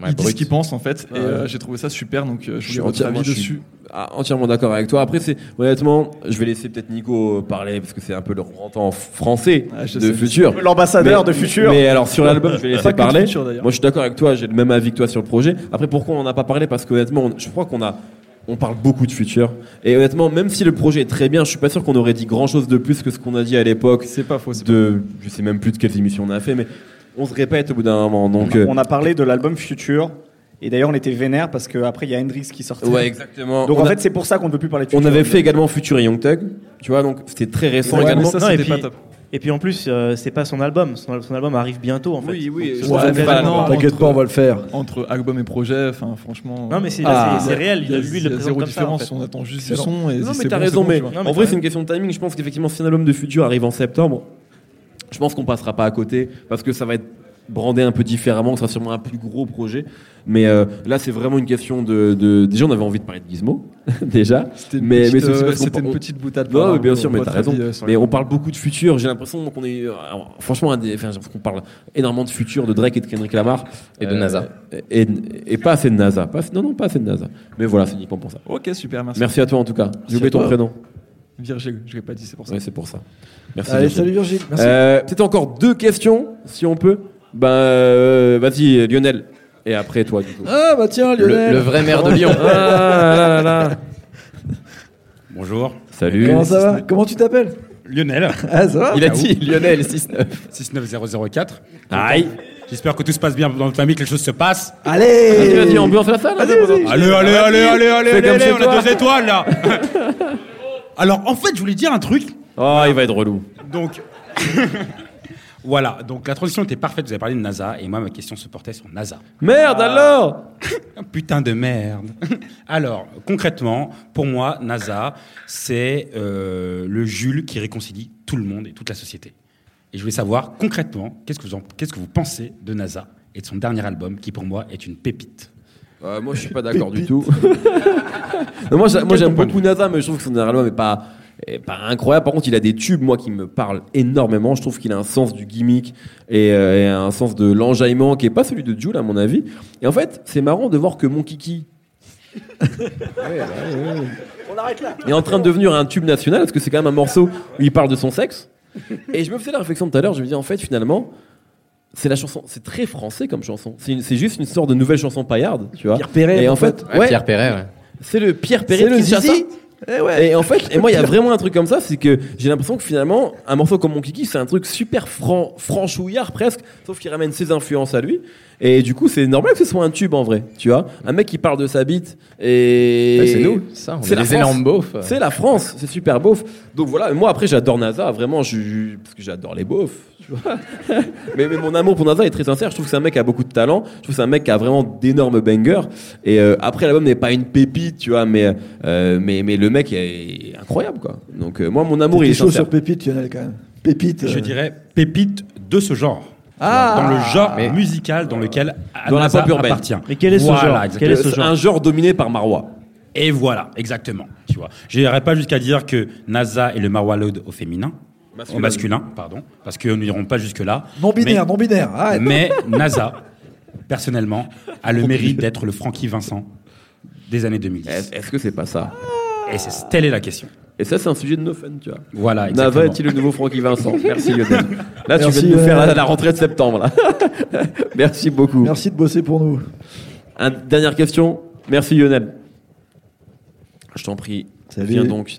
Speaker 3: Ouais,
Speaker 2: il dit ce
Speaker 3: brut.
Speaker 2: qu'il pense en fait.
Speaker 1: Ouais.
Speaker 2: Et euh, j'ai trouvé ça super, donc euh, je
Speaker 1: suis
Speaker 2: voulais votre
Speaker 1: entièrement-
Speaker 2: avis
Speaker 1: je suis-
Speaker 2: dessus.
Speaker 1: Ah, entièrement d'accord avec toi. Après, c'est honnêtement, je vais laisser peut-être Nico euh, parler parce que c'est un peu le rentant français
Speaker 2: Ah, je
Speaker 1: de
Speaker 2: sais.
Speaker 1: futur.
Speaker 5: L'ambassadeur
Speaker 1: Mais-
Speaker 5: de futur.
Speaker 1: Mais alors sur l'album, je vais laisser
Speaker 2: Pas que de
Speaker 1: parler.
Speaker 2: Future, d'ailleurs.
Speaker 1: Moi, je suis d'accord avec toi. J'ai le même avis que toi sur le projet. Après, pourquoi on n'en a pas parlé Parce qu'honnêtement, on- je crois qu'on a on parle beaucoup de futur. Et honnêtement, même si le projet est très bien, je suis pas sûr qu'on aurait dit grand chose de plus que ce qu'on a dit à l'époque.
Speaker 2: C'est pas faux, c'est
Speaker 1: De, je sais même plus de quelles émissions on a fait, mais on se répète au bout d'un moment. Donc, euh,
Speaker 5: On a parlé de l'album Future. Et d'ailleurs, on était vénère parce qu'après, il y a Hendrix qui sortait.
Speaker 1: ouais, exactement.
Speaker 5: Donc
Speaker 1: on,
Speaker 5: en
Speaker 1: a-
Speaker 5: fait, c'est pour ça qu'on ne peut plus parler de
Speaker 1: on
Speaker 5: Future.
Speaker 1: avait fait également futur et Young Thug. Tu vois, donc c'était très récent
Speaker 2: Ouais, mais
Speaker 1: également.
Speaker 2: ça,
Speaker 4: Non, et
Speaker 2: c'était
Speaker 4: puis-
Speaker 2: pas top.
Speaker 4: Et puis en plus, euh, c'est pas son album. Son, son album arrive bientôt en fait.
Speaker 1: Oui, oui,
Speaker 4: Donc,
Speaker 1: je
Speaker 4: c'est
Speaker 1: pense
Speaker 4: pas
Speaker 1: que c'est
Speaker 4: l'occasion.
Speaker 1: pas la-
Speaker 2: non,
Speaker 7: t'inquiète pas, on va le faire.
Speaker 2: Entre album et projet, enfin franchement.
Speaker 4: Non, mais c'est
Speaker 7: Ah.
Speaker 4: là, c'est- c'est réel. Il a- lui, il
Speaker 2: y a
Speaker 4: le présente
Speaker 2: zéro
Speaker 4: comme ça. en
Speaker 2: différence,
Speaker 4: fait.
Speaker 2: on attend juste
Speaker 7: C'est
Speaker 2: le
Speaker 7: bon.
Speaker 2: son. Et
Speaker 1: Non,
Speaker 2: si
Speaker 1: mais
Speaker 2: c'est
Speaker 1: t'as
Speaker 2: bon,
Speaker 1: raison,
Speaker 2: c'est bon,
Speaker 1: mais
Speaker 2: tu vois.
Speaker 4: Non,
Speaker 1: en
Speaker 4: mais
Speaker 1: vrai,
Speaker 4: t'as
Speaker 1: c'est une question de timing. Je pense qu'effectivement, si un album de Futur arrive en septembre, je pense qu'on passera pas à côté parce que ça va être brandé un peu différemment, ça sera sûrement un plus gros projet. Mais euh, là, c'est vraiment une question de, de- Déjà, on avait envie de parler de Gizmo, déjà.
Speaker 2: C'était une
Speaker 1: Mais- mais
Speaker 2: petite,
Speaker 1: c'est aussi
Speaker 2: euh,
Speaker 1: parce qu'on
Speaker 2: c'était
Speaker 1: par-
Speaker 2: une petite boutade.
Speaker 1: Non,
Speaker 2: voilà,
Speaker 1: mais bien
Speaker 2: pour
Speaker 1: sûr, mais
Speaker 2: votre
Speaker 1: t'as raison.
Speaker 2: avis, euh, sur
Speaker 1: mais
Speaker 2: le-
Speaker 1: on parle beaucoup de futur. J'ai l'impression qu'on est, alors, franchement, un des- enfin, j'ai l'impression qu'on parle énormément de futur, de Drake et de Kendrick Lamar Euh,
Speaker 3: Et de NASA.
Speaker 1: Et, et pas assez de NASA. Pas, non, non, pas assez de NASA. Mais voilà, c'est uniquement pour ça.
Speaker 2: Ok, super, merci.
Speaker 1: Merci à toi en tout cas. J'ai
Speaker 2: à
Speaker 1: oublié ton
Speaker 2: toi.
Speaker 1: prénom.
Speaker 2: Virgile, je l'ai pas dit, c'est pour ça.
Speaker 1: Ouais, c'est pour ça. Merci.
Speaker 7: Allez,
Speaker 1: Virgile.
Speaker 7: salut Virgile. Merci.
Speaker 1: Euh, Peut-être encore deux questions, si on peut. Ben, euh, vas-y, Lionel. Et après, toi, du coup.
Speaker 7: Ah bah tiens,
Speaker 3: Le,
Speaker 7: Lionel.
Speaker 3: le vrai maire de Lyon.
Speaker 1: Ah, là, là, là.
Speaker 11: Bonjour,
Speaker 1: Salut.
Speaker 7: Comment ça va Comment tu t'appelles
Speaker 11: Lionel.
Speaker 7: Ah, ça va
Speaker 11: Il a dit
Speaker 3: Lionel 69.
Speaker 11: 69004. Aïe. J'espère que tout se passe bien dans le famille, que les choses se passent.
Speaker 7: Allez
Speaker 1: Vas-y, vas-y, ambiance la salle. Vas-y, vas-y.
Speaker 11: Allez, allez, allez, allez, allez,
Speaker 1: Fais
Speaker 11: allez,
Speaker 1: comme chez
Speaker 11: allez, on
Speaker 1: toi.
Speaker 11: a deux étoiles là. Alors, en fait, je voulais dire un truc.
Speaker 1: Oh, il va être relou.
Speaker 11: Donc, voilà. Donc, la transition était parfaite. Vous avez parlé de NASA. Et moi, ma question se portait sur NASA. Ah.
Speaker 1: Merde alors
Speaker 11: Putain de merde. Alors, concrètement, pour moi, NASA, c'est euh, le Jules qui réconcilie tout le monde et toute la société. Et je voulais savoir, concrètement, qu'est-ce que vous, en- qu'est-ce que vous pensez de NASA et de son dernier album, qui pour moi est une pépite
Speaker 1: Euh, moi, je suis pas d'accord du tout. Non, moi, j'a- moi, j'aime beaucoup NASA, mais je trouve que son dernier album est pas, est pas incroyable. Par contre, il a des tubes, moi, qui me parlent énormément. Je trouve qu'il a un sens du gimmick et, euh, et un sens de l'enjaillement qui est pas celui de Jules, à mon avis. Et en fait, c'est marrant de voir que Mon Kiki
Speaker 7: On arrête là
Speaker 1: est en train de devenir un tube national, parce que c'est quand même un morceau où il parle de son sexe. Et je me faisais la réflexion tout à l'heure, je me dis en fait finalement, c'est la chanson, c'est très français comme chanson. C'est une- c'est juste une sorte de nouvelle chanson paillarde, tu vois.
Speaker 7: Pierre Perret,
Speaker 1: Et en
Speaker 7: en
Speaker 1: fait,
Speaker 3: Ouais,
Speaker 1: ouais,
Speaker 3: Pierre Perret, ouais.
Speaker 1: c'est le Pierre Perret
Speaker 7: C'est
Speaker 1: de
Speaker 7: le
Speaker 1: Kinshasa.
Speaker 7: zizi Eh ouais.
Speaker 1: Et en fait, et moi, il y a vraiment un truc comme ça, c'est que j'ai l'impression que finalement, un morceau comme Mon Kiki, c'est un truc super franc, franchouillard presque, sauf qu'il ramène ses influences à lui. Et du coup, c'est normal que ce soit un tube en vrai, tu vois. Un mec qui parle de sa bite et.
Speaker 3: Ouais, Ben, c'est nous, ça. On
Speaker 1: c'est
Speaker 3: est
Speaker 1: la
Speaker 3: les énormes beaufs.
Speaker 1: C'est la France, c'est super beauf. Donc voilà, moi après j'adore NASA, vraiment, je, je- parce que j'adore les beaufs, tu vois. mais, mais mon amour pour NASA est très sincère, je trouve que c'est un mec qui a beaucoup de talent, je trouve que c'est un mec qui a vraiment d'énormes bangers. Et euh, après l'album n'est pas une pépite, tu vois, mais, euh, mais, mais le mec est incroyable, quoi. Donc euh, moi mon amour il
Speaker 7: T'es
Speaker 1: est
Speaker 7: chaud
Speaker 1: sincère.
Speaker 7: sur Pépite, Lionel, quand même. Pépite.
Speaker 11: Je
Speaker 7: euh,
Speaker 11: dirais pépite de ce genre.
Speaker 7: Ah.
Speaker 11: dans le genre
Speaker 3: Mais-
Speaker 11: musical dans lequel
Speaker 1: Dans la
Speaker 11: NASA
Speaker 1: pop urbaine.
Speaker 11: appartient.
Speaker 4: Mais quel est ce
Speaker 11: Voilà,
Speaker 4: genre Quel est ce
Speaker 1: C'est
Speaker 4: genre
Speaker 1: un genre dominé par Marois.
Speaker 11: Et voilà, exactement. Tu vois, j'irai pas jusqu'à dire que NASA est le Marwalod au féminin,
Speaker 1: Masculin.
Speaker 11: au masculin, pardon, parce que nous n'irons pas jusque là.
Speaker 7: Non-binaire,
Speaker 11: Mais-
Speaker 7: non-binaire. Ah,
Speaker 11: Mais NASA, personnellement, a le mérite d'être le Frankie Vincent des années 2010.
Speaker 1: Est-ce que c'est pas ça
Speaker 11: Et c'est telle est la question.
Speaker 1: Et ça c'est un sujet de no fun, tu vois.
Speaker 11: Voilà,
Speaker 1: Nava
Speaker 11: exactement.
Speaker 1: est-il le nouveau Francky Vincent Merci Lionel. Là tu
Speaker 7: Merci,
Speaker 1: viens de nous faire
Speaker 7: euh,
Speaker 1: la, la rentrée de septembre là. Merci beaucoup.
Speaker 7: Merci de bosser pour nous.
Speaker 1: Un- dernière question. Merci Lionel. Je t'en prie.
Speaker 7: Salut.
Speaker 1: Viens donc.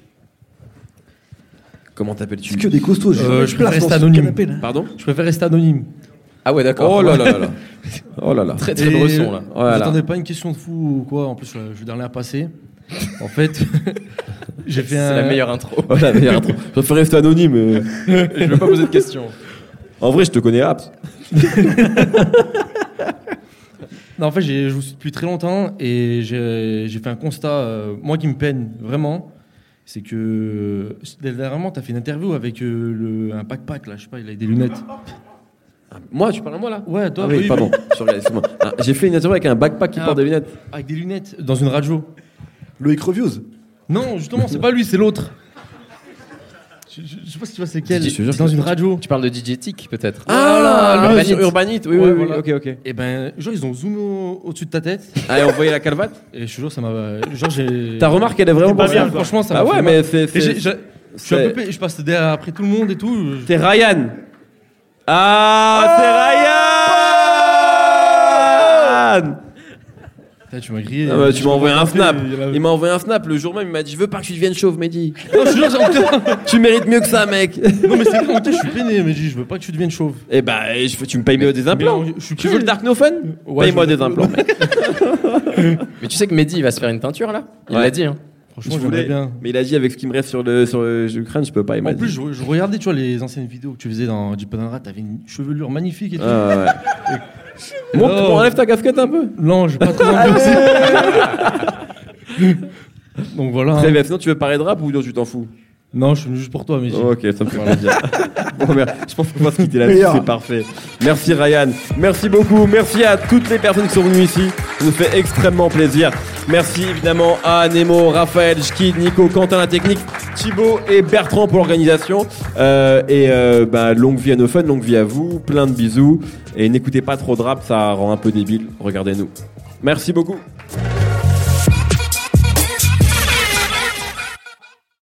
Speaker 1: Comment t'appelles-tu
Speaker 7: C'est que des costauds. j'ai
Speaker 12: Euh,
Speaker 7: jamais
Speaker 12: je
Speaker 7: de place
Speaker 12: préfère
Speaker 7: dans
Speaker 12: rester
Speaker 7: ce
Speaker 12: anonyme.
Speaker 7: canapé, là.
Speaker 1: Pardon
Speaker 12: Je préfère rester anonyme.
Speaker 3: Ah ouais, d'accord.
Speaker 1: Oh là là là là. Oh là là.
Speaker 3: Très très gros son, là.
Speaker 12: Vous
Speaker 1: Voilà.
Speaker 12: attendez pas une question de fou ou quoi En plus, euh, je suis dans l'air passé. En fait, j'ai fait
Speaker 3: C'est
Speaker 12: un.
Speaker 3: la meilleure intro.
Speaker 1: Oh, la meilleure intro. Je préfère rester anonyme. euh.
Speaker 3: Je veux pas poser de questions.
Speaker 1: En vrai, je te connais apps.
Speaker 12: Non, en fait, j'ai- je vous suis depuis très longtemps et j'ai j'ai fait un constat, euh, moi qui me peine vraiment, c'est que euh, dernièrement, tu as fait une interview avec euh, le, un pack-pack, là, je sais pas, il a des lunettes.
Speaker 1: Moi, tu parles à moi là
Speaker 12: Ouais, toi,
Speaker 1: Ah oui,
Speaker 12: oui,
Speaker 1: pardon. Je regarde, excuse-moi. Ah, J'ai fait une interview avec un backpack qui
Speaker 12: Ah.
Speaker 1: porte des lunettes.
Speaker 12: oui, avec des lunettes, dans une radio.
Speaker 7: Loïc Reviews.
Speaker 12: Non, justement, c'est pas lui, c'est l'autre. Je, je- je sais pas si tu vois c'est quel.
Speaker 1: Je te jure,
Speaker 12: Dans une radio.
Speaker 3: Tu parles de DJ Tic, peut-être
Speaker 1: Ah,
Speaker 12: Ah,
Speaker 1: le
Speaker 12: oui,
Speaker 1: sur
Speaker 12: sur
Speaker 1: Urbanite. Oui,
Speaker 12: Ouais,
Speaker 1: oui, oui.
Speaker 12: voilà.
Speaker 1: Ok, ok.
Speaker 12: Et ben, genre, ils ont zoomé au- au-dessus de ta tête.
Speaker 1: Allez, on voyait la calvate.
Speaker 12: Et je te jure, ça m'a. Euh, Genre, j'ai.
Speaker 1: Ta remarque, elle est vraiment
Speaker 12: pas
Speaker 1: pas
Speaker 12: bien, franchement, ça m'a
Speaker 1: Ah
Speaker 12: fait
Speaker 1: ouais,
Speaker 12: mal.
Speaker 1: mais c'est.
Speaker 12: Et j'ai-
Speaker 1: c'est-
Speaker 12: j'ai- Je suis un
Speaker 1: c'est-
Speaker 12: peu payé, je passe derrière après tout le monde et tout. je-
Speaker 1: C'est Ryan. Ah,
Speaker 12: Oh
Speaker 1: c'est Ryan
Speaker 12: Putain, tu m'as grillé.
Speaker 1: Ah bah, tu m'as envoyé un snap.
Speaker 12: Il y a la-
Speaker 1: Il m'a envoyé un snap le jour même. Il m'a dit Je veux pas que tu deviennes chauve, Mehdi.
Speaker 12: Non, je te jure, j'ai-
Speaker 1: tu mérites mieux que ça, mec.
Speaker 12: non, mais c'est vrai, en fait, je suis peiné, mais je dis, je veux pas que tu deviennes chauve.
Speaker 1: Eh bah, je fais- tu me payes mieux des implants.
Speaker 12: mais non, je- je suis
Speaker 1: tu
Speaker 12: prêt.
Speaker 1: veux le Dark No Fun
Speaker 12: Ouais,
Speaker 1: Paye-moi
Speaker 12: je veux-
Speaker 1: des implants. mec.
Speaker 3: Mais tu sais que Mehdi, il va se faire une teinture, là Il
Speaker 1: Ouais.
Speaker 3: l'a dit, hein.
Speaker 12: Franchement,
Speaker 1: Je
Speaker 12: je voulais
Speaker 1: voulais,
Speaker 12: bien.
Speaker 1: Mais il a dit Avec ce qui me reste sur le, sur le je crâne, je peux pas. Bah, Il m'a
Speaker 12: En plus,
Speaker 1: dit.
Speaker 12: je, je regardais, tu vois, les anciennes vidéos que tu faisais dans Jeep Rat, t'avais une chevelure magnifique et tout. Oh.
Speaker 1: Ah, ouais. Monte,
Speaker 12: Non.
Speaker 1: enlève ta casquette un peu.
Speaker 12: Non, je vais pas trop ambiancer. Donc voilà. hein.
Speaker 1: Très bien. Sinon, tu veux parler de rap ou non, tu t'en fous
Speaker 12: Non, je suis venu juste pour toi, mais j'ai-
Speaker 1: Ok, ça me fait plaisir. Bon, mer- je pense qu'on va se quitter là-dessus,
Speaker 7: Meilleur.
Speaker 1: c'est parfait. Merci Ryan, merci beaucoup, merci à toutes les personnes qui sont venues ici, ça nous fait extrêmement plaisir. Merci évidemment à Nemo, Raphaël, Jkid, Nico, Quentin la technique, Thibaut et Bertrand pour l'organisation. Euh, et euh, bah, longue vie à nos fans, longue vie à vous, plein de bisous. Et n'écoutez pas trop de rap, ça rend un peu débile, regardez-nous. Merci beaucoup.